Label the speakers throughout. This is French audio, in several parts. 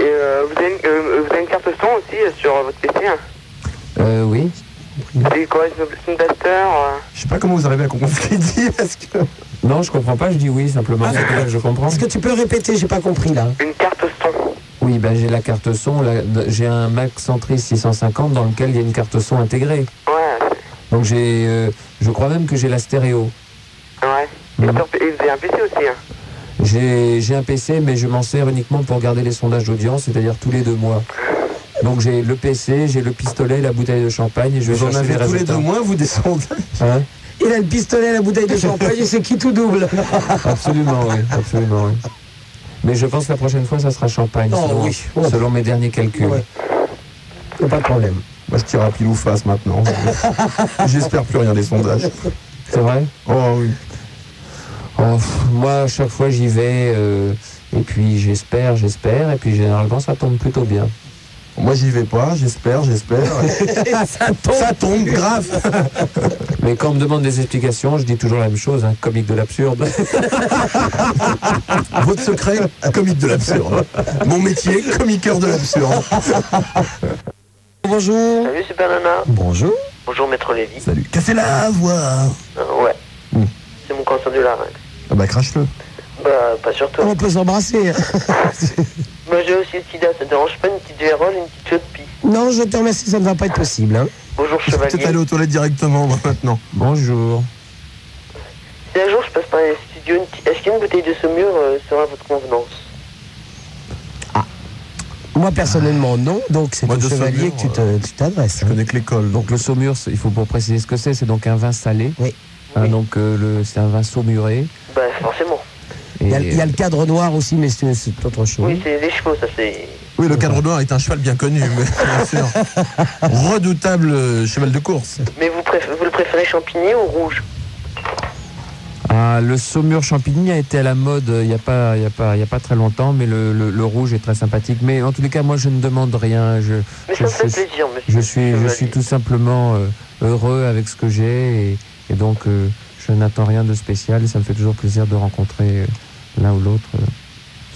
Speaker 1: euh, vous, avez, une- euh, vous avez une carte son aussi euh, sur votre PC hein
Speaker 2: Euh, oui.
Speaker 1: C'est quoi une Blaster euh,
Speaker 3: Je sais pas comment vous arrivez à comprendre ce qu'il dit parce que.
Speaker 2: Non, je comprends pas, je dis oui simplement.
Speaker 3: Ah,
Speaker 2: c'est comme ça que je comprends.
Speaker 4: Est-ce que tu peux répéter J'ai pas compris là.
Speaker 1: Une carte son
Speaker 2: Oui, ben, j'ai la carte son, là, j'ai un Mac Centris 650 dans lequel il y a une carte son intégrée.
Speaker 1: Ouais,
Speaker 2: Donc j'ai, euh, je crois même que j'ai la stéréo.
Speaker 1: c'est- ouais. Et,
Speaker 2: Mhm.
Speaker 1: sur- et vous avez un PC aussi hein
Speaker 2: J'ai j'ai un PC, mais je m'en sers uniquement pour garder les sondages d'audience, c'est-à-dire tous les deux mois. Donc j'ai le PC, j'ai le pistolet, la bouteille de champagne et je vais
Speaker 3: Vous en
Speaker 2: chercher
Speaker 3: avez
Speaker 2: les
Speaker 3: tous les deux
Speaker 2: résultats.
Speaker 3: mois, vous descendez.
Speaker 2: Hein
Speaker 4: Il a le pistolet, la bouteille de champagne et c'est qui tout double
Speaker 2: absolument, oui, absolument, oui. Mais je pense que la prochaine fois, ça sera champagne,
Speaker 4: Oh,
Speaker 2: selon,
Speaker 4: oui. Oh.
Speaker 2: selon mes derniers calculs. Oh,
Speaker 4: Ouais. C'est pas de problème.
Speaker 3: Moi, je tire à pile ou face maintenant. J'espère plus rien des sondages.
Speaker 2: C'est vrai
Speaker 3: Oh oui.
Speaker 2: Oh, pff, Moi, à chaque fois, j'y vais, euh, et puis j'espère, j'espère, et puis généralement, ça tombe plutôt bien.
Speaker 3: Moi, j'y vais pas, j'espère, j'espère.
Speaker 4: ça tombe.
Speaker 3: Ça tombe grave.
Speaker 2: Mais quand on me demande des explications, je dis toujours la même chose, hein, comique de l'absurde.
Speaker 3: Votre secret, comique de l'absurde. Mon métier, comiqueur de l'absurde.
Speaker 4: Bonjour.
Speaker 1: Salut Super Nana
Speaker 4: Bonjour.
Speaker 1: Bonjour Maître Lévy
Speaker 3: Salut. Cassez la voix.
Speaker 1: Euh, Ouais C'est mon cancer du larynx
Speaker 3: Ah bah, crache-le.
Speaker 1: Bah pas surtout
Speaker 4: On peut s'embrasser.
Speaker 3: hein.
Speaker 1: Moi j'ai aussi le sida, ça te dérange pas une petite vérole, une petite chaude pie
Speaker 4: Non, je te remercie, ça ne va pas être possible. hein.
Speaker 1: Bonjour
Speaker 3: Je vais peut-être aller
Speaker 1: chevalier
Speaker 3: aux toilettes directement moi, maintenant.
Speaker 2: Bonjour.
Speaker 1: Si un jour je passe par les studios, une petite- est-ce qu'une bouteille de saumure euh, sera à votre convenance
Speaker 4: Moi, personnellement, non. Donc, c'est
Speaker 3: Ah. Moi,
Speaker 4: au
Speaker 3: de euh,
Speaker 4: chevalier
Speaker 3: Saumur,
Speaker 4: que tu te- tu t'adresses.
Speaker 3: Je
Speaker 4: hein.
Speaker 3: connais que l'école.
Speaker 2: Donc le saumur, c'est- il faut pour préciser ce que c'est, c'est donc un vin salé.
Speaker 4: Oui.
Speaker 2: Hein,
Speaker 1: Oui.
Speaker 2: donc euh, le- c'est un vin saumuré.
Speaker 1: Bah forcément
Speaker 2: Et,
Speaker 4: Il y, a, il
Speaker 3: euh,
Speaker 4: y a le cadre noir aussi, mais c'est c'est autre chose.
Speaker 1: Oui c'est les chevaux ça c'est...
Speaker 3: Oui, le cadre noir est un cheval bien connu, mais- bien sûr. Redoutable euh, cheval de course.
Speaker 1: Mais vous, préf- vous le préférez champigny ou rouge
Speaker 2: Ah, le saumur champigny a été à la mode euh, il n'y a, pas- il y a, pas- il y a pas très longtemps, mais le, le- le rouge est très sympathique. Mais en tous les cas, moi je ne demande rien. Je,
Speaker 1: Mais ça
Speaker 2: Je
Speaker 1: me fait
Speaker 2: suis-
Speaker 1: plaisir, monsieur.
Speaker 2: je, suis, je suis tout simplement euh, heureux avec ce que j'ai et, et donc euh, je n'attends rien de spécial et ça me fait toujours plaisir de rencontrer euh, l'un ou l'autre. euh.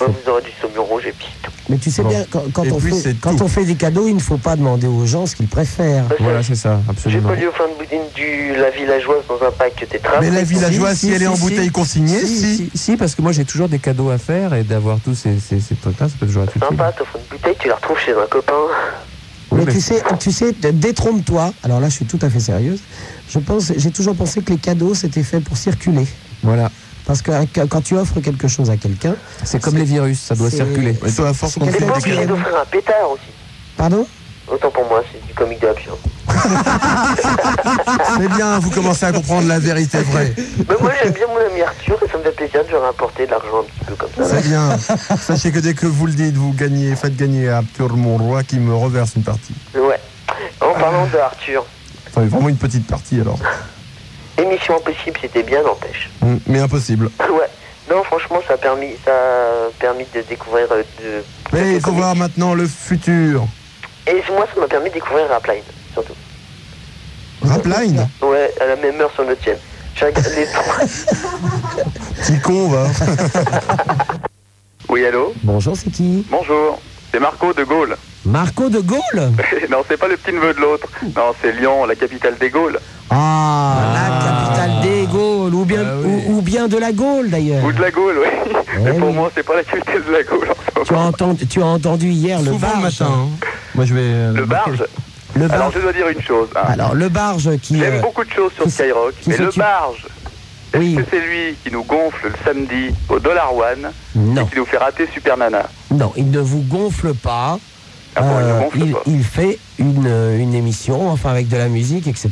Speaker 1: Ouais, vous aurez du saumur rouge et puis tout.
Speaker 4: Mais tu sais
Speaker 2: Bon.
Speaker 4: bien, quand, quand
Speaker 3: Et
Speaker 4: on,
Speaker 3: puis, c'est
Speaker 4: fait, quand
Speaker 3: tout.
Speaker 4: on fait des cadeaux, il ne faut pas demander aux gens ce qu'ils préfèrent.
Speaker 1: Bah, ça,
Speaker 2: Voilà, c'est ça,
Speaker 1: J'ai
Speaker 2: absolument.
Speaker 1: pas lu au fin de boudine du la villageoise dans un pack tétra.
Speaker 3: Mais la villageoise, si,
Speaker 2: si,
Speaker 3: elle est
Speaker 2: si,
Speaker 3: en
Speaker 2: si.
Speaker 3: bouteille consignée, si.
Speaker 2: si, si, parce que moi j'ai toujours des cadeaux à faire et d'avoir tous ces, ces, ces trucs-là, ça peut toujours être utile.
Speaker 1: Sympa, t'offres une bouteille, tu la retrouves chez un copain.
Speaker 2: Oui,
Speaker 4: mais,
Speaker 2: mais-
Speaker 4: tu sais, tu sais, te- détrompe-toi. Alors là, je suis tout à fait sérieuse. Je pense, j'ai toujours pensé que les cadeaux c'était fait pour circuler,
Speaker 2: Voilà,
Speaker 4: parce que un ca- quand tu offres quelque chose à quelqu'un,
Speaker 2: c'est comme les virus, ça doit
Speaker 4: c'est-
Speaker 2: circuler.
Speaker 3: Mais toi, à force qu'on
Speaker 4: Mais
Speaker 3: te
Speaker 1: Elle
Speaker 3: fait
Speaker 1: est
Speaker 4: c'est
Speaker 1: pas
Speaker 3: des
Speaker 4: obligé
Speaker 1: obligée
Speaker 3: cadeaux.
Speaker 1: d'offrir un pétard aussi.
Speaker 4: pardon,
Speaker 1: Autant pour moi, c'est du comique de l'absurde.
Speaker 3: C'est bien, vous commencez à comprendre la vérité vraie.
Speaker 1: Mais moi, j'aime bien mon ami Arthur et ça me fait plaisir de lui rapporter de l'argent un petit peu comme ça.
Speaker 3: C'est bien. Sachez que dès que vous le dites, vous gagnez, faites gagner à Arthur mon roi qui me reverse une partie.
Speaker 1: Ouais. En parlant de Arthur,
Speaker 3: Enfin, vraiment une petite partie alors.
Speaker 1: émission impossible, c'était bien, n'empêche.
Speaker 3: Mm, Mais impossible.
Speaker 1: Ouais. Non, franchement, ça a permis, ça a permis de découvrir euh, de.
Speaker 3: Mais il faut voir maintenant le futur.
Speaker 1: Et moi, ça m'a permis de découvrir Rapline, surtout.
Speaker 3: Rapline
Speaker 1: Ouais, à la même heure sur notre chaîne. J'ai regardé les trois.
Speaker 3: Petit con, va.
Speaker 5: Oui, allô
Speaker 4: bonjour, c'est qui
Speaker 5: Bonjour. C'est Marco de Gaulle.
Speaker 4: Marco de Gaulle
Speaker 5: non, c'est pas le petit neveu de l'autre. Non, c'est Lyon, la capitale des Gaules.
Speaker 4: Ah, la capitale des Gaules, ou bien,
Speaker 2: Ah oui.
Speaker 4: ou, ou bien de la Gaule d'ailleurs.
Speaker 5: Ou de la Gaule, oui. Mais pour
Speaker 4: oui.
Speaker 5: moi, c'est pas la capitale de la Gaule en ce
Speaker 4: Tu as
Speaker 5: moment.
Speaker 4: entendu, tu as entendu hier le
Speaker 3: Souvent Ah, le
Speaker 4: barge,
Speaker 3: matin. hein. Moi, je vais. euh,
Speaker 5: Le barge
Speaker 4: le
Speaker 5: Alors,
Speaker 4: barge.
Speaker 5: je dois dire une chose. hein.
Speaker 4: Alors le barge qui,
Speaker 5: J'aime
Speaker 4: euh,
Speaker 5: beaucoup de choses sur
Speaker 4: qui s-
Speaker 5: Skyrock,
Speaker 4: qui
Speaker 5: mais le
Speaker 4: s'occupe-
Speaker 5: barge, est-ce
Speaker 4: Oui.
Speaker 5: que c'est lui qui nous gonfle le samedi au Dollar One
Speaker 4: non,
Speaker 5: et qui nous fait rater Super Nana
Speaker 4: non, il ne vous gonfle pas.
Speaker 5: Ah bon, il ne
Speaker 4: Euh,
Speaker 5: gonfle
Speaker 4: il,
Speaker 5: pas.
Speaker 4: il fait une, euh, une émission, enfin avec de la musique, etc.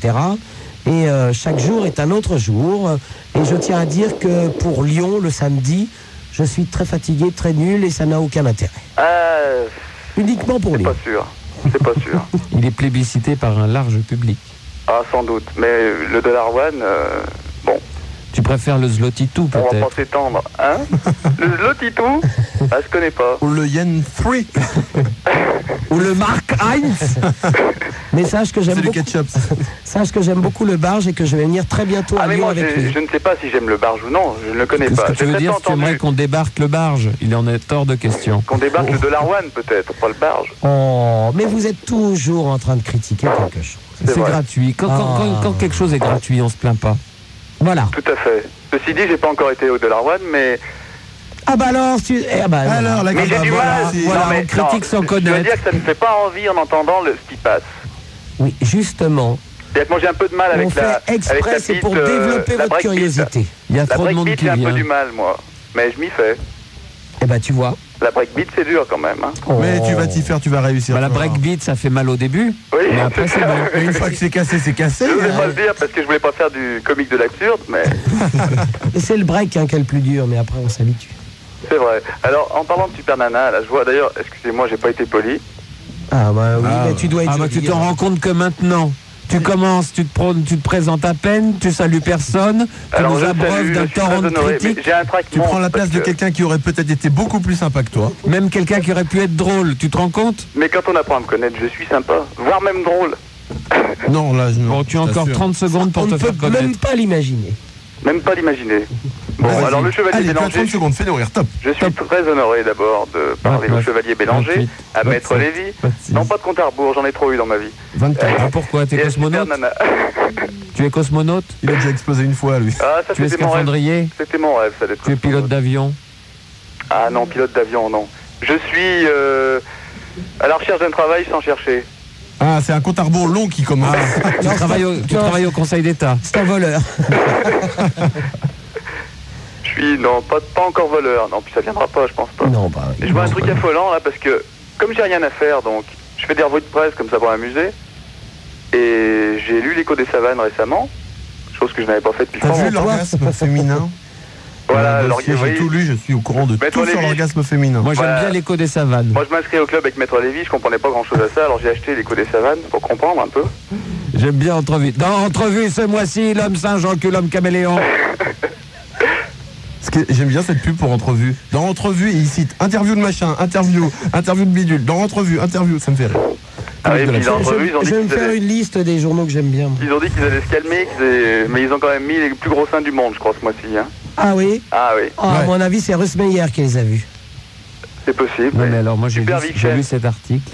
Speaker 4: Et euh, chaque jour est un autre jour. Et je tiens à dire que pour Lyon, le samedi, je suis très fatigué, très nul et ça n'a aucun intérêt.
Speaker 5: Ah,
Speaker 4: Uniquement pour
Speaker 5: c'est
Speaker 4: Lyon.
Speaker 5: pas sûr. C'est pas sûr.
Speaker 2: Il est plébiscité par un large public.
Speaker 5: Ah, sans doute. Mais le Dollar One, euh, bon,
Speaker 2: Tu préfères le Zlotitou
Speaker 5: on va pas
Speaker 2: peut-être
Speaker 5: s'étendre. Hein Le Lotitou Ah, je connais pas.
Speaker 3: Ou le Yen 3.
Speaker 4: Ou le Mark Heinz Mais sache que j'aime
Speaker 3: C'est du
Speaker 4: beaucoup,
Speaker 3: ketchup.
Speaker 4: sache que j'aime beaucoup le barge et que je vais venir très bientôt à
Speaker 5: Ah mais
Speaker 4: Lyon
Speaker 5: moi
Speaker 4: avec
Speaker 5: je,
Speaker 4: lui.
Speaker 5: je ne sais pas si j'aime le barge ou non, je ne le connais
Speaker 2: Ce
Speaker 5: pas.
Speaker 2: que tu
Speaker 5: J'ai
Speaker 2: veux
Speaker 5: peut-être
Speaker 2: dire, tu aimerais
Speaker 5: entendu
Speaker 2: qu'on débarque le barge. Il en est hors de question.
Speaker 5: qu'on débarque
Speaker 2: Oh.
Speaker 5: le Dolarouane peut-être, pas le barge.
Speaker 4: Oh, mais vous êtes toujours en train de critiquer quelque chose.
Speaker 5: C'est
Speaker 2: C'est
Speaker 5: vrai.
Speaker 2: gratuit. Quand, quand-
Speaker 4: Ah.
Speaker 2: quand- quand quelque chose est gratuit, on se plaint pas.
Speaker 4: Voilà.
Speaker 5: Tout à fait. Ceci dit, j'ai pas encore été au Dolarouane, mais
Speaker 4: Ah bah alors, tu... eh bah,
Speaker 3: Alors, la
Speaker 5: mais j'ai
Speaker 3: gamme,
Speaker 5: du
Speaker 3: voilà,
Speaker 5: mal.
Speaker 3: si-
Speaker 2: Ah, voilà,
Speaker 5: mais
Speaker 2: on critique sans
Speaker 5: Je veux
Speaker 2: connaître.
Speaker 5: dire que ça ne fait pas envie en entendant le ce qui passe.
Speaker 4: Oui, justement,
Speaker 5: C'est-à-dire que moi j'ai un peu de mal avec
Speaker 4: on
Speaker 5: la.
Speaker 4: fait
Speaker 5: avec la
Speaker 4: exprès, c'est
Speaker 5: beat,
Speaker 4: pour
Speaker 5: euh,
Speaker 4: développer
Speaker 5: la
Speaker 4: votre
Speaker 5: breakbeat.
Speaker 4: curiosité.
Speaker 2: Il y a
Speaker 5: La
Speaker 2: trop de monde
Speaker 5: breakbeat
Speaker 2: qui
Speaker 5: j'ai un peu
Speaker 2: vient. ben,
Speaker 5: du mal moi, mais je m'y fais.
Speaker 4: Eh bah tu vois.
Speaker 5: La breakbeat c'est dur quand même. hein.
Speaker 3: Mais
Speaker 4: Oh.
Speaker 3: tu vas t'y faire, tu vas réussir.
Speaker 2: Bah, la
Speaker 3: tu vas voir.
Speaker 2: breakbeat, ça fait mal au début.
Speaker 5: Oui,
Speaker 2: Mais après, euh, c'est bon.
Speaker 3: Mais une fois que c'est cassé, c'est cassé.
Speaker 5: Je voulais
Speaker 3: hein.
Speaker 5: pas le dire parce que je voulais pas faire du comique de l'absurde, mais
Speaker 4: Et c'est le break hein, qui est le plus dur, mais après on s'habitue.
Speaker 5: c'est vrai. Alors en parlant de Super Nana, là je vois d'ailleurs, excusez-moi, j'ai pas été poli.
Speaker 4: Ah bah oui,
Speaker 3: Ah,
Speaker 4: mais tu dois être
Speaker 2: Ah, bah, tu
Speaker 4: joli,
Speaker 2: t'en
Speaker 4: hein.
Speaker 2: rends compte que maintenant. Tu commences, tu te, prônes- tu te présentes à peine, tu salues personne, tu
Speaker 5: Alors
Speaker 2: nous
Speaker 5: je
Speaker 2: abreuves
Speaker 5: salue, je
Speaker 2: d'un
Speaker 5: suis très
Speaker 2: torrent de
Speaker 5: honoré, mais
Speaker 2: critiques.
Speaker 5: j'ai un trac
Speaker 3: Tu
Speaker 5: monstre
Speaker 3: prends la
Speaker 5: parce
Speaker 3: place de
Speaker 5: que-
Speaker 3: quelqu'un qui aurait peut-être été beaucoup plus sympa que toi.
Speaker 2: Même quelqu'un qui aurait pu être drôle, tu te rends compte
Speaker 5: Mais quand on apprend à me connaître, je suis sympa, voire même drôle.
Speaker 3: Non, là, je
Speaker 2: Bon, tu as
Speaker 3: je
Speaker 2: encore
Speaker 3: t'assure.
Speaker 2: 30 secondes pour
Speaker 4: On
Speaker 2: te
Speaker 4: ne
Speaker 2: faire
Speaker 4: peut
Speaker 2: connaître.
Speaker 4: même pas l'imaginer.
Speaker 5: Même pas l'imaginer.
Speaker 2: Ah,
Speaker 5: Bon,
Speaker 3: Vas-y.
Speaker 5: alors le chevalier
Speaker 3: Allez,
Speaker 5: Bélanger,
Speaker 3: 30 secondes, fais-nous rire, top.
Speaker 5: je suis très honoré d'abord de parler au
Speaker 2: Vingt-neuf,
Speaker 5: chevalier Bélanger,
Speaker 2: vingt-huit,
Speaker 5: à Maître
Speaker 2: vingt-sept,
Speaker 5: Lévy.
Speaker 2: vingt-six,
Speaker 5: Non, pas Eh, de compte à rebours, j'en ai trop eu dans ma vie.
Speaker 2: 24. Ah, pourquoi T'es
Speaker 5: Et à Super
Speaker 2: cosmonaute
Speaker 5: Nana.
Speaker 2: Tu es cosmonaute
Speaker 3: Il a déjà explosé une fois, lui.
Speaker 5: Ah, ça
Speaker 2: Tu es
Speaker 5: c'était mon rêve.
Speaker 2: scaphandrier
Speaker 5: C'était mon rêve, ça d'être
Speaker 2: Tu es pilote
Speaker 5: cosmonaute.
Speaker 2: d'avion
Speaker 5: Ah non, pilote d'avion, non. Je suis euh, à la recherche d'un travail sans chercher.
Speaker 3: Ah, c'est un compte à rebours long qui commence.
Speaker 5: Ah.
Speaker 2: Tu travailles au, tu travailles au Conseil d'État
Speaker 4: C'est un voleur.
Speaker 5: Je suis, non, pas, pas encore voleur. Non, puis ça viendra pas, je pense pas.
Speaker 4: Non, bah
Speaker 5: Et je vois un truc affolant là parce que comme j'ai rien à faire donc je fais des revues de presse comme ça pour m'amuser et j'ai lu l'écho des savanes récemment chose que je n'avais pas faite depuis
Speaker 3: T'as
Speaker 5: fort
Speaker 3: vu
Speaker 5: longtemps.
Speaker 3: l'orgasme féminin
Speaker 5: Voilà
Speaker 3: Dans le dossier,
Speaker 5: l'orgasme.
Speaker 3: J'ai tout lu, je suis au courant de
Speaker 5: Maître
Speaker 3: tout sur
Speaker 5: Lévy.
Speaker 3: l'orgasme féminin.
Speaker 2: Moi, j'aime
Speaker 5: Voilà.
Speaker 2: bien l'écho des savanes.
Speaker 5: Moi je m'inscris au club avec Maître Lévy, je comprenais pas grand chose à ça alors j'ai acheté l'écho des savanes pour comprendre un peu.
Speaker 2: J'aime bien entrevue. Dans entrevue ce mois-ci, l'homme singe encule l'homme caméléon.
Speaker 3: Ce que j'aime bien cette pub pour entrevue. Dans entrevue, il cite interview de machin, interview, interview de bidule. Dans entrevue, interview, ça me fait rire.
Speaker 5: Ah oui,
Speaker 3: de la
Speaker 5: puis dans
Speaker 4: Je,
Speaker 5: l'entrevue, ils ont
Speaker 4: je
Speaker 5: dit
Speaker 4: vais me
Speaker 5: qu'ils
Speaker 4: faire
Speaker 5: allaient,
Speaker 4: une liste des journaux que j'aime bien. moi.
Speaker 5: ils ont dit qu'ils allaient se calmer, qu'ils allaient- mais ils ont quand même mis les plus gros seins du monde je crois ce mois-ci. Hein.
Speaker 4: Ah oui
Speaker 5: Ah oui,
Speaker 4: Ah, À
Speaker 3: Ouais.
Speaker 4: mon avis, c'est Russ Meyer qui les a vus.
Speaker 5: c'est possible.
Speaker 2: Non,
Speaker 5: mais-
Speaker 2: mais alors, moi, j'ai lu,
Speaker 5: Super Vichem.
Speaker 2: j'ai lu cet article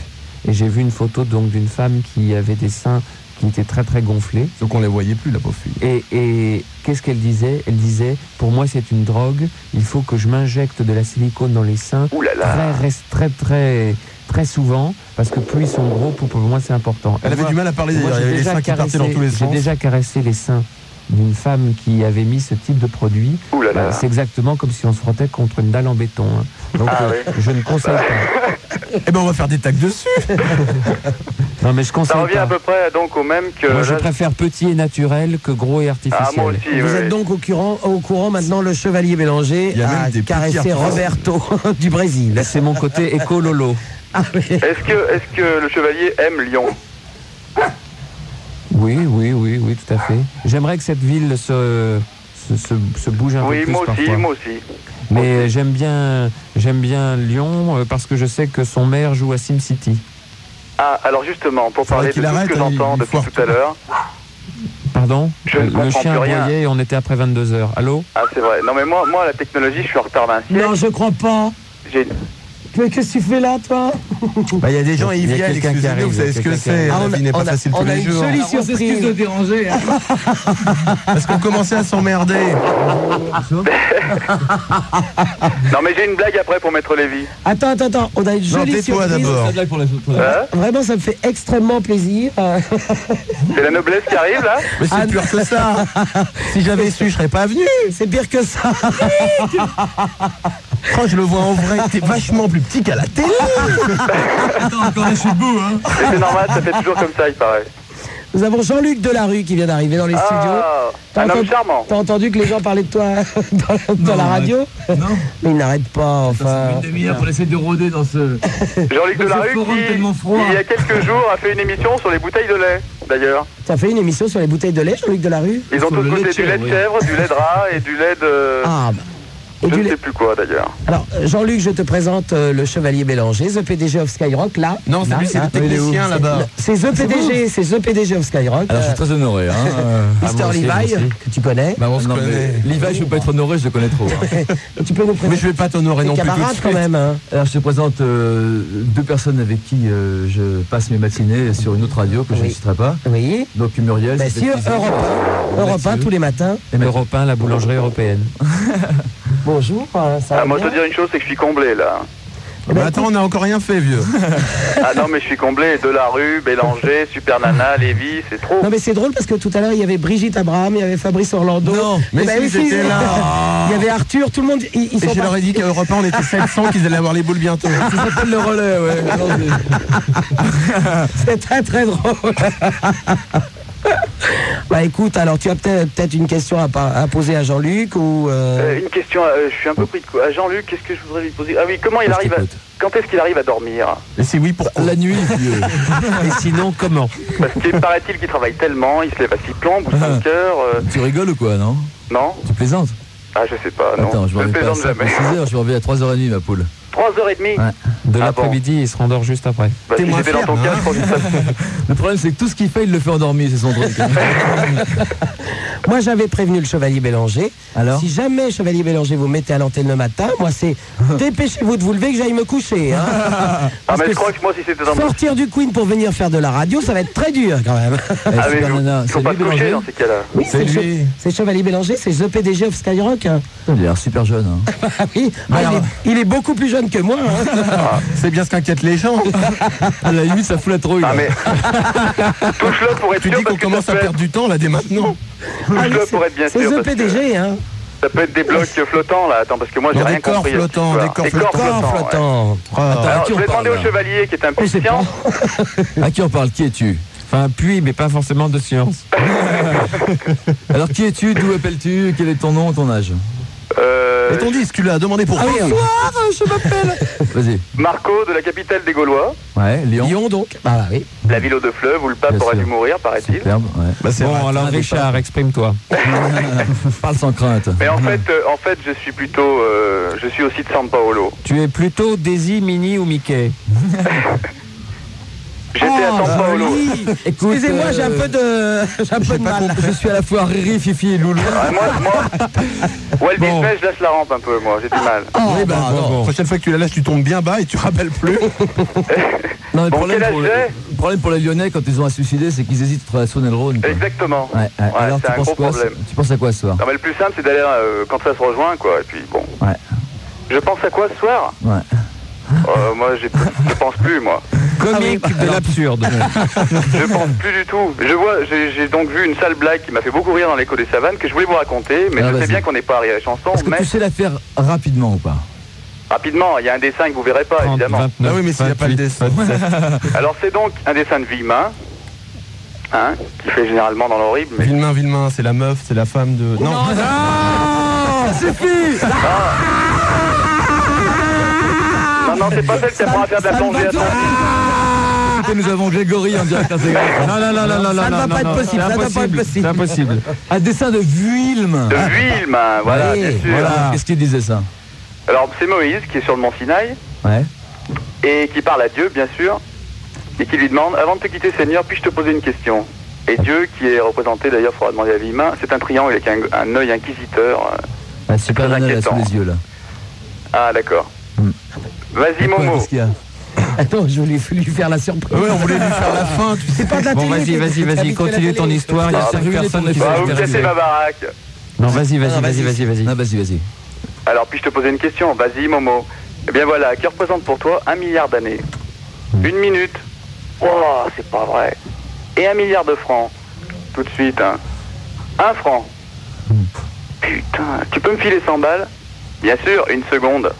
Speaker 2: et j'ai vu une photo donc d'une femme qui avait des seins qui étaient très très gonflés.
Speaker 3: Donc on les voyait plus, la pauvre fille.
Speaker 2: Et, et qu'est-ce qu'elle disait Elle disait Pour moi, c'est une drogue. Il faut que je m'injecte de la silicone dans les seins
Speaker 5: Ouh là
Speaker 3: Ah.
Speaker 5: là.
Speaker 2: très, rest- très, très, très souvent parce que plus ils sont gros, pour, pour moi, c'est important.
Speaker 3: Elle
Speaker 2: Et
Speaker 3: avait
Speaker 2: moi-
Speaker 3: du mal à parler
Speaker 2: Moi,
Speaker 3: d'ailleurs,
Speaker 2: j'ai
Speaker 3: il y avait les
Speaker 2: déjà
Speaker 3: seins qui
Speaker 2: caressé-
Speaker 3: partaient dans tous les
Speaker 2: J'ai
Speaker 3: sens.
Speaker 2: déjà caressé les seins d'une femme qui avait mis ce type de produit.
Speaker 5: Ouh là
Speaker 2: Bah,
Speaker 5: là.
Speaker 2: c'est exactement comme si on se frottait contre une dalle en béton. hein. Donc,
Speaker 5: Ah
Speaker 2: euh,
Speaker 5: ouais.
Speaker 2: je ne conseille pas.
Speaker 3: Eh ben on va faire des tacs dessus.
Speaker 2: Non, mais je
Speaker 5: Ça
Speaker 2: conseille
Speaker 5: revient à
Speaker 2: pas.
Speaker 5: peu près donc au même que.
Speaker 3: euh,
Speaker 2: Moi, je
Speaker 5: là-
Speaker 2: préfère petit et naturel que gros et
Speaker 5: ah moi
Speaker 2: artificiel.
Speaker 5: aussi. oui,
Speaker 4: Vous
Speaker 5: oui.
Speaker 4: êtes donc au courant, au courant maintenant, le chevalier Bélanger
Speaker 3: Il y a
Speaker 4: a
Speaker 3: même des petits
Speaker 4: caressé
Speaker 3: artisans.
Speaker 4: Roberto du Brésil.
Speaker 2: Là, c'est mon côté écololo.
Speaker 4: Ah oui.
Speaker 5: Est-ce que, est-ce que le chevalier aime Lyon
Speaker 2: Oui, oui, oui, oui, tout à fait. J'aimerais que cette ville se, se, se- se bouge un peu
Speaker 5: Oui,
Speaker 2: plus
Speaker 5: moi aussi,
Speaker 2: parfois.
Speaker 5: moi aussi.
Speaker 2: Mais j'aime bien, j'aime bien Lyon euh, parce que je sais que son maire joue à SimCity.
Speaker 5: Ah, alors justement, pour
Speaker 3: Faudrait
Speaker 5: parler de
Speaker 3: qu'il
Speaker 5: tout
Speaker 3: arrête,
Speaker 5: ce que
Speaker 3: hein,
Speaker 5: j'entends
Speaker 3: il- il
Speaker 5: depuis
Speaker 3: foire
Speaker 5: tout à l'heure.
Speaker 2: Pardon Euh,
Speaker 5: Je ne
Speaker 2: Le
Speaker 5: comprends
Speaker 2: chien
Speaker 5: plus rien.
Speaker 2: aboyait et on était après 22h. Allô
Speaker 5: Ah, c'est vrai. Non, mais moi, moi, la technologie, je suis en retard d'un siècle.
Speaker 4: Non, je crois pas.
Speaker 5: J'ai-
Speaker 4: Mais Qu'est-ce que tu fais là, toi
Speaker 3: Bah, il y a des gens,
Speaker 2: Il
Speaker 3: ils
Speaker 2: y a
Speaker 3: viennent,
Speaker 2: quelqu'un qui
Speaker 3: excusez-nous,
Speaker 2: arrive,
Speaker 3: vous savez ce que
Speaker 2: quelqu'un qui
Speaker 3: c'est.
Speaker 2: arrive.
Speaker 3: La vie n'est pas
Speaker 4: on a-
Speaker 3: facile
Speaker 4: on
Speaker 3: tous
Speaker 4: a
Speaker 3: les
Speaker 4: une
Speaker 3: jours.
Speaker 4: jolie
Speaker 6: On s'excuse
Speaker 4: surprise.
Speaker 6: de déranger. hein.
Speaker 3: Parce qu'on commençait à s'emmerder.
Speaker 5: Non, mais j'ai une blague après pour Maître Lévy.
Speaker 4: Attends, attends, attends. On a une
Speaker 3: Non,
Speaker 4: jolie
Speaker 3: tais-toi
Speaker 4: surprise.
Speaker 3: d'abord.
Speaker 6: Celle-là pour la- pour la-
Speaker 5: Hein
Speaker 4: Vraiment, ça me fait extrêmement plaisir. Euh,
Speaker 5: c'est la noblesse qui arrive, là
Speaker 3: Mais c'est pur que ça. Si j'avais su, je serais pas venu.
Speaker 4: C'est pire que ça.
Speaker 3: Quand je le vois en vrai, t'es vachement plus petit qu'à la télé.
Speaker 6: Attends, encore là, je suis beau, hein.
Speaker 5: Mais C'est normal, ça fait toujours comme ça, il paraît.
Speaker 4: Nous avons Jean-Luc Delarue qui vient d'arriver dans les studios.
Speaker 5: Ah, un
Speaker 4: T'as
Speaker 5: homme
Speaker 4: entendu-
Speaker 5: charmant.
Speaker 4: T'as entendu que les gens parlaient de toi euh, dans, la- dans
Speaker 6: Non,
Speaker 4: la
Speaker 6: ouais.
Speaker 4: radio
Speaker 6: Non
Speaker 4: Mais ils n'arrêtent pas,
Speaker 6: Une
Speaker 7: Bah,
Speaker 4: enfin.
Speaker 6: demi-heure pour essayer de rôder dans ce.
Speaker 5: Jean-Luc
Speaker 6: Dans ce
Speaker 5: Delarue,
Speaker 6: forum
Speaker 5: qui,
Speaker 6: tellement froid.
Speaker 5: il y a quelques jours, a fait une émission sur les bouteilles de lait, d'ailleurs.
Speaker 4: T'as fait une émission sur les
Speaker 3: Euh,
Speaker 4: bouteilles de lait, Jean-Luc Delarue
Speaker 5: Ils ont
Speaker 6: Sur
Speaker 5: tous
Speaker 6: le lait
Speaker 5: goûté
Speaker 6: de
Speaker 5: du
Speaker 6: chèvre,
Speaker 5: lait de
Speaker 6: oui.
Speaker 5: chèvre, du lait de rat et du lait de...
Speaker 4: Ah, bah. Et
Speaker 5: Je
Speaker 4: du
Speaker 5: ne
Speaker 4: lait-
Speaker 5: sais plus quoi d'ailleurs.
Speaker 4: Alors, euh, Jean-Luc, je te présente euh, le Chevalier Bélanger, The PDG of Skyrock, là.
Speaker 3: Non, c'est
Speaker 4: Là,
Speaker 3: lui, c'est
Speaker 4: là.
Speaker 3: le technicien,
Speaker 4: C'est-
Speaker 3: là-bas.
Speaker 4: C'est The PDG, c'est The PDG of Skyrock.
Speaker 7: Alors je suis
Speaker 4: euh,
Speaker 7: très honoré. Hein. euh.
Speaker 4: Mister Levi, que tu connais.
Speaker 3: Bah, on se
Speaker 7: Non,
Speaker 3: connaît.
Speaker 7: mais Levi, je peux pas être honoré, je le connais trop. hein.
Speaker 4: tu peux nous
Speaker 3: Mais
Speaker 4: présenter
Speaker 3: je vais pas t'honorer
Speaker 4: tes
Speaker 3: non plus tout de
Speaker 4: camarades
Speaker 3: suite.
Speaker 4: quand même. hein.
Speaker 7: Alors je te présente euh, deux personnes avec qui euh, je passe mes matinées sur une autre radio que je
Speaker 4: Oui. Bah,
Speaker 7: ne citerai pas.
Speaker 4: Oui.
Speaker 7: Donc Muriel,
Speaker 4: Bien
Speaker 7: c'est
Speaker 4: sûr,
Speaker 7: Patrice-
Speaker 4: Europe 1, Europe 1 tous les matins.
Speaker 2: Et Europe 1, la
Speaker 4: Ah
Speaker 2: boulangerie européenne.
Speaker 4: Bonjour, hein, ça va
Speaker 5: Ah, moi, je
Speaker 4: bien
Speaker 5: te dire une chose, c'est que je suis comblé là.
Speaker 4: Eh ben,
Speaker 3: Bah, attends, on n'a encore rien fait, vieux.
Speaker 5: Ah non, mais je suis comblé. De la rue, Bélanger, Super Nana, Lévis, c'est trop.
Speaker 4: Non mais c'est drôle parce que tout à l'heure il y avait Brigitte Abraham, il y avait Fabrice Orlando.
Speaker 3: Non,
Speaker 4: Eh
Speaker 3: mais
Speaker 4: ben
Speaker 3: si,
Speaker 4: oui,
Speaker 3: j'étais
Speaker 4: si.
Speaker 3: là.
Speaker 4: Il y avait Arthur, tout le monde. Ils, ils
Speaker 3: Et
Speaker 4: sont
Speaker 3: je leur ai
Speaker 4: partis.
Speaker 3: dit qu'à Europe 1, on était 700, qu'ils allaient avoir les boules bientôt.
Speaker 7: Ça s'appelle le relais, ouais.
Speaker 4: C'est très très drôle. bah écoute, alors tu as peut-être peut-être une question à, pa- à poser à Jean-Luc ou. euh,
Speaker 5: Euh, une question, euh, je suis un peu pris de quoi. Ah, Jean-Luc, qu'est-ce que je voudrais lui poser Ah oui, comment il arrive à... Quand est-ce qu'il arrive à dormir
Speaker 3: Et si oui, pourquoi
Speaker 7: La nuit, vieux.
Speaker 2: Et sinon, comment
Speaker 5: Parce qu'il paraît-il qu'il travaille tellement, il se lève à 6 plombes ou 5 heures. euh,
Speaker 7: tu rigoles ou quoi, non
Speaker 5: non
Speaker 7: Tu plaisantes
Speaker 5: Ah, je sais pas, non.
Speaker 7: Attends, je
Speaker 5: je
Speaker 7: me
Speaker 5: ne
Speaker 7: réveille pas à
Speaker 5: plaisante jamais.
Speaker 7: 6h, je me réveille à 3h30, ma poule.
Speaker 5: 3h30
Speaker 7: Ouais.
Speaker 2: De
Speaker 5: Ah
Speaker 2: l'après-midi, il se rendort juste après.
Speaker 5: bah,
Speaker 3: T'es
Speaker 5: Si
Speaker 3: moins
Speaker 5: j'étais dans
Speaker 3: fier,
Speaker 5: ton cas,
Speaker 3: hein.
Speaker 5: je pense que ça...
Speaker 7: Le problème, c'est que tout ce qu'il fait, il le fait endormi, c'est son truc. Eh,
Speaker 5: Ah,
Speaker 4: Moi j'avais prévenu le Chevalier Bélanger.
Speaker 7: Alors
Speaker 4: Si jamais Chevalier Bélanger vous mettez à l'antenne le matin, moi c'est dépêchez-vous de vous lever que j'aille me coucher. hein.
Speaker 5: Ah,
Speaker 4: Parce
Speaker 5: mais
Speaker 4: que
Speaker 5: je crois que moi, si c'était dans mon...
Speaker 4: Sortir du Queen pour venir faire de la radio, ça va être très dur quand même.
Speaker 7: Eh,
Speaker 5: Ah, mais
Speaker 7: Super Nana,
Speaker 5: il faut
Speaker 7: c'est
Speaker 5: pas hein.
Speaker 7: lui,
Speaker 5: se coucher
Speaker 7: Bélanger
Speaker 5: dans ces cas-là.
Speaker 4: Oui, c'est
Speaker 3: C'est
Speaker 4: le che-
Speaker 3: lui.
Speaker 4: c'est Chevalier Bélanger, c'est The PDG of Skyrock. hein.
Speaker 7: Il a l'air super jeune. hein.
Speaker 4: Ah oui, ah, il,
Speaker 7: Alors-
Speaker 4: est, il est beaucoup plus jeune que moi. hein.
Speaker 3: C'est bien ce qu'inquiètent les gens.
Speaker 7: À la limite, ça fout la trouille.
Speaker 5: Ah,
Speaker 7: là.
Speaker 5: mais... Touche-le pour être
Speaker 3: Tu
Speaker 5: sûr,
Speaker 3: dis qu'on
Speaker 5: parce que
Speaker 3: commence
Speaker 5: ça
Speaker 3: à
Speaker 5: peut
Speaker 3: perdre
Speaker 5: être...
Speaker 3: du temps là dès maintenant.
Speaker 5: Touche-le pour être bien
Speaker 4: C'est
Speaker 5: sûr,
Speaker 4: The
Speaker 5: parce que
Speaker 4: PDG. Hein.
Speaker 5: ça peut être des blocs flottants, là. Attends, parce que moi, j'ai
Speaker 3: Non,
Speaker 5: rien
Speaker 3: des corps
Speaker 5: compris. hein. à cette
Speaker 3: flottants,
Speaker 5: histoire.
Speaker 3: hein. des corps
Speaker 4: Corps
Speaker 5: ouais.
Speaker 4: flottant.
Speaker 3: Ah,
Speaker 5: Alors,
Speaker 7: qui
Speaker 5: je
Speaker 7: on
Speaker 5: vais
Speaker 7: parle,
Speaker 5: demander au
Speaker 7: là
Speaker 5: chevalier qui est un
Speaker 4: On sait pas.
Speaker 5: patient.
Speaker 7: À qui on parle Qui es-tu
Speaker 2: Enfin, puis, mais pas forcément de science.
Speaker 7: Alors, qui es-tu D'où appelles-tu Quel est ton nom, ton âge
Speaker 5: Euh,
Speaker 3: Et ton disque, tu l'as demandé
Speaker 4: Ah
Speaker 3: pour rien.
Speaker 7: Vas-y.
Speaker 5: Marco de la capitale des Gaulois,
Speaker 7: Ouais, Lyon.
Speaker 4: Lyon donc. Bah, bah oui.
Speaker 5: la ville aux deux fleuves où le pape
Speaker 7: Bien
Speaker 5: aurait
Speaker 7: sûr.
Speaker 5: dû mourir, paraît-il.
Speaker 7: Superbe, ouais.
Speaker 3: Bah, c'est
Speaker 2: Bon,
Speaker 3: vrai.
Speaker 2: alors Richard, exprime-toi.
Speaker 7: Parle sans crainte.
Speaker 5: Mais
Speaker 3: Mmh.
Speaker 5: en fait, euh, en fait, je suis plutôt, euh, je suis aussi de San Paolo.
Speaker 2: Tu es plutôt Daisy, Mini ou Mickey
Speaker 5: J'étais
Speaker 3: Oh,
Speaker 5: à
Speaker 3: bah
Speaker 5: San Paolo.
Speaker 4: Excusez-moi, j'ai un
Speaker 2: euh,
Speaker 4: peu de, j'ai un peu de mal.
Speaker 7: Je suis à la fois Riri, Fifi et Loulou.
Speaker 5: Ah, moi, moi, Walt
Speaker 2: Bon.
Speaker 5: Disney, je lâche la rampe un peu, moi, j'ai du mal.
Speaker 3: Ah.
Speaker 4: Oh,
Speaker 7: oui, bah,
Speaker 3: Bon,
Speaker 7: non.
Speaker 3: bon. Prochaine fois que tu la lâches, tu tombes bien bas et tu rappelles plus.
Speaker 7: Non, mais le
Speaker 5: Bon,
Speaker 7: problème,
Speaker 5: quel
Speaker 7: pour
Speaker 5: âge
Speaker 7: les, le problème pour les Lyonnais quand ils ont à se suicider, c'est qu'ils hésitent entre la Saône et le Rhône. quoi.
Speaker 5: Exactement.
Speaker 7: Ouais, ouais. Alors,
Speaker 5: c'est
Speaker 7: tu
Speaker 5: un
Speaker 7: penses,
Speaker 5: gros
Speaker 7: quoi,
Speaker 5: problème.
Speaker 7: ce- tu penses à quoi ce soir
Speaker 5: Non, mais le plus simple, c'est d'aller euh, quand ça se rejoint, quoi. Et puis bon.
Speaker 7: Ouais.
Speaker 5: Je pense à quoi ce soir
Speaker 7: Ouais.
Speaker 5: Euh, Moi, j'ai- je pense plus, moi.
Speaker 2: Comique
Speaker 5: Ah
Speaker 2: de l'absurde.
Speaker 5: Je pense plus du tout. Je vois, j'ai j'ai donc vu une sale blague qui m'a fait beaucoup rire dans l'écho des savanes que je voulais vous raconter, mais
Speaker 7: Ah,
Speaker 5: je sais
Speaker 7: vas-y.
Speaker 5: bien qu'on n'est pas arrivé à la chanson.
Speaker 7: Est-ce que
Speaker 5: Mais
Speaker 7: tu sais la faire rapidement ou pas
Speaker 5: rapidement, il y a un dessin que vous verrez pas,
Speaker 2: 30,
Speaker 5: évidemment.
Speaker 2: 29,
Speaker 3: Ah oui, mais s'il n'y a pas le
Speaker 2: 28.
Speaker 3: dessin.
Speaker 5: Alors c'est donc un dessin de Villemain, hein, qui fait généralement dans l'horrible, mais
Speaker 3: Villemain, Villemain, c'est la meuf, c'est la femme de. Non,
Speaker 4: Ah,
Speaker 5: non non c'est pas celle qui apprend à faire de la plongée. Attends,
Speaker 7: Écoutez, nous avons Grégory en direct intégral.
Speaker 2: Non, non, non, non, non, non.
Speaker 4: Ça ne va
Speaker 2: non,
Speaker 4: pas
Speaker 2: non,
Speaker 4: être possible,
Speaker 2: c'est
Speaker 4: ça ne va pas être
Speaker 2: impossible, C'est
Speaker 4: possible.
Speaker 2: impossible.
Speaker 7: Un dessin de Vuilm.
Speaker 5: de Villemain, voilà,
Speaker 4: Allez,
Speaker 5: bien sûr.
Speaker 7: Ah. Voilà. Qu'est-ce qu'il disait ça
Speaker 5: Alors c'est Moïse qui est sur le mont Sinaï
Speaker 7: Ouais.
Speaker 5: et qui parle à Dieu, bien sûr, et qui lui demande avant de te quitter, Seigneur, puis-je te poser une question Et Dieu, qui est représenté d'ailleurs, faudra demander à Villemain, c'est un triangle avec un, un œil inquisiteur. euh.
Speaker 7: Ah, super
Speaker 5: Très
Speaker 7: nana là sous
Speaker 5: inquiétant.
Speaker 7: les yeux là.
Speaker 5: Ah d'accord. Vas-y
Speaker 7: Quoi,
Speaker 5: Momo.
Speaker 7: qu'est-ce qu'il y a
Speaker 4: Attends, je voulais lui faire la surprise.
Speaker 3: Ouais, on voulait lui faire la fin. Tu sais
Speaker 4: C'est pas de la
Speaker 2: Bon,
Speaker 4: télé,
Speaker 2: vas-y,
Speaker 4: c'est-
Speaker 2: vas-y,
Speaker 4: c'est
Speaker 2: vas-y,
Speaker 4: habitué à la
Speaker 2: continue
Speaker 4: télé.
Speaker 2: ton histoire. Il y a
Speaker 5: Ah,
Speaker 2: cinq
Speaker 7: vous cassez
Speaker 2: personnes
Speaker 7: ton
Speaker 2: qui sont
Speaker 5: Bah, vous me
Speaker 2: intéressées.
Speaker 5: cassez ma baraque.
Speaker 2: Non, vas-y,
Speaker 4: Non,
Speaker 2: vas-y, vas-y,
Speaker 4: non, vas-y.
Speaker 2: vas-y, vas-y.
Speaker 7: Non, vas-y, vas-y.
Speaker 5: Alors, puis-je te poser une question Vas-y, Momo. Eh bien voilà, qui représente pour toi un milliard d'années
Speaker 4: Hmm.
Speaker 5: Une minute Oh, c'est pas vrai. Et un milliard de francs Tout de suite, hein. Un franc
Speaker 4: Hmm.
Speaker 5: Putain, tu peux me filer 100 balles Bien sûr, une seconde.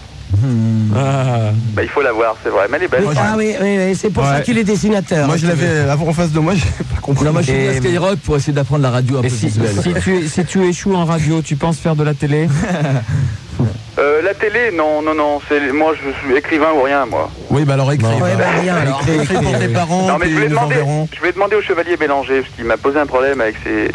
Speaker 2: Ah.
Speaker 5: Bah, il faut l'avoir, c'est vrai, mais elle est belle.
Speaker 4: Ah oui, oui, oui, c'est pour ça
Speaker 2: Ouais.
Speaker 4: qu'il est dessinateur.
Speaker 3: Moi, je l'avais avant en face de moi, j'ai pas compris.
Speaker 7: Non, moi je suis
Speaker 2: Et-
Speaker 7: venu à Skyrock pour essayer d'apprendre la radio un peu
Speaker 2: Et si,
Speaker 7: visuelle.
Speaker 2: si tu, si tu échoues en radio, tu penses faire de la télé
Speaker 5: Euh, la télé, non, non, non, c'est moi je suis écrivain ou rien, moi.
Speaker 3: Oui, bah alors écris.
Speaker 4: Ouais,
Speaker 3: bah.
Speaker 4: bah, rien, alors.
Speaker 3: Écris écris pour tes
Speaker 4: Oh,
Speaker 3: parents,
Speaker 5: non, mais
Speaker 3: puis
Speaker 5: je vais,
Speaker 3: ils nous
Speaker 5: demander,
Speaker 3: enverrons.
Speaker 5: je vais
Speaker 4: Ah,
Speaker 5: demander au chevalier Bélanger, parce qu'il m'a posé un problème avec ses.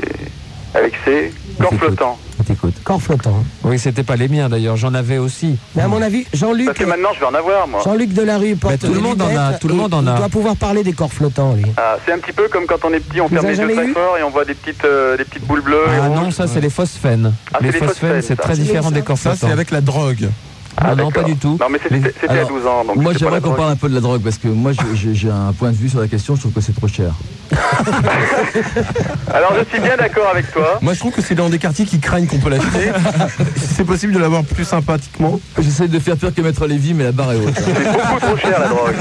Speaker 5: avec ses. corps
Speaker 7: Écoute.
Speaker 5: flottants.
Speaker 2: t'écoute.
Speaker 4: Corps flottant.
Speaker 2: Oui, c'était pas les miens d'ailleurs, j'en avais aussi.
Speaker 4: Mais à mon avis, Jean-Luc.
Speaker 5: Parce que maintenant, je vais en avoir, moi.
Speaker 4: Jean-Luc Delarue porte
Speaker 2: tout le
Speaker 4: des
Speaker 2: monde en a,
Speaker 4: lunettes
Speaker 2: tout le
Speaker 4: et
Speaker 2: monde en
Speaker 4: Il
Speaker 2: a.
Speaker 4: doit pouvoir parler des corps flottants, lui.
Speaker 5: Ah, c'est un petit peu comme quand on est petit, on
Speaker 4: Vous
Speaker 5: ferme
Speaker 4: avez
Speaker 5: les yeux
Speaker 4: jamais
Speaker 5: très
Speaker 4: eu
Speaker 5: fort et on voit des petites, euh, des petites boules bleues. et
Speaker 2: Ah
Speaker 5: rouges.
Speaker 2: non, ça c'est les phosphènes.
Speaker 5: Ah, c'est
Speaker 2: les
Speaker 5: les
Speaker 2: phosphènes,
Speaker 5: phosphènes,
Speaker 2: c'est
Speaker 5: ça.
Speaker 2: très
Speaker 4: C'est
Speaker 2: différent
Speaker 4: ça.
Speaker 2: des corps
Speaker 3: Ça,
Speaker 2: flottants.
Speaker 3: c'est avec la drogue.
Speaker 2: Ah non, pas
Speaker 5: d'accord.
Speaker 2: du tout.
Speaker 5: Non, mais
Speaker 7: Les-
Speaker 5: c'était c'était à
Speaker 7: alors,
Speaker 5: 12 ans. Donc
Speaker 7: Moi,
Speaker 5: c'était pas
Speaker 7: j'aimerais
Speaker 5: la
Speaker 7: qu'on
Speaker 5: drogue.
Speaker 7: parle un peu de la drogue parce que moi, je- je- j'ai un point de vue sur la question. Je trouve que c'est trop cher.
Speaker 5: Alors, je suis bien d'accord avec toi.
Speaker 3: Moi, je trouve que c'est dans des quartiers qui craignent qu'on peut l'acheter. c'est possible de l'avoir plus sympathiquement.
Speaker 7: J'essaie de faire pire que Maître Lévy, mais la barre est haute.
Speaker 5: C'est beaucoup trop cher, la drogue.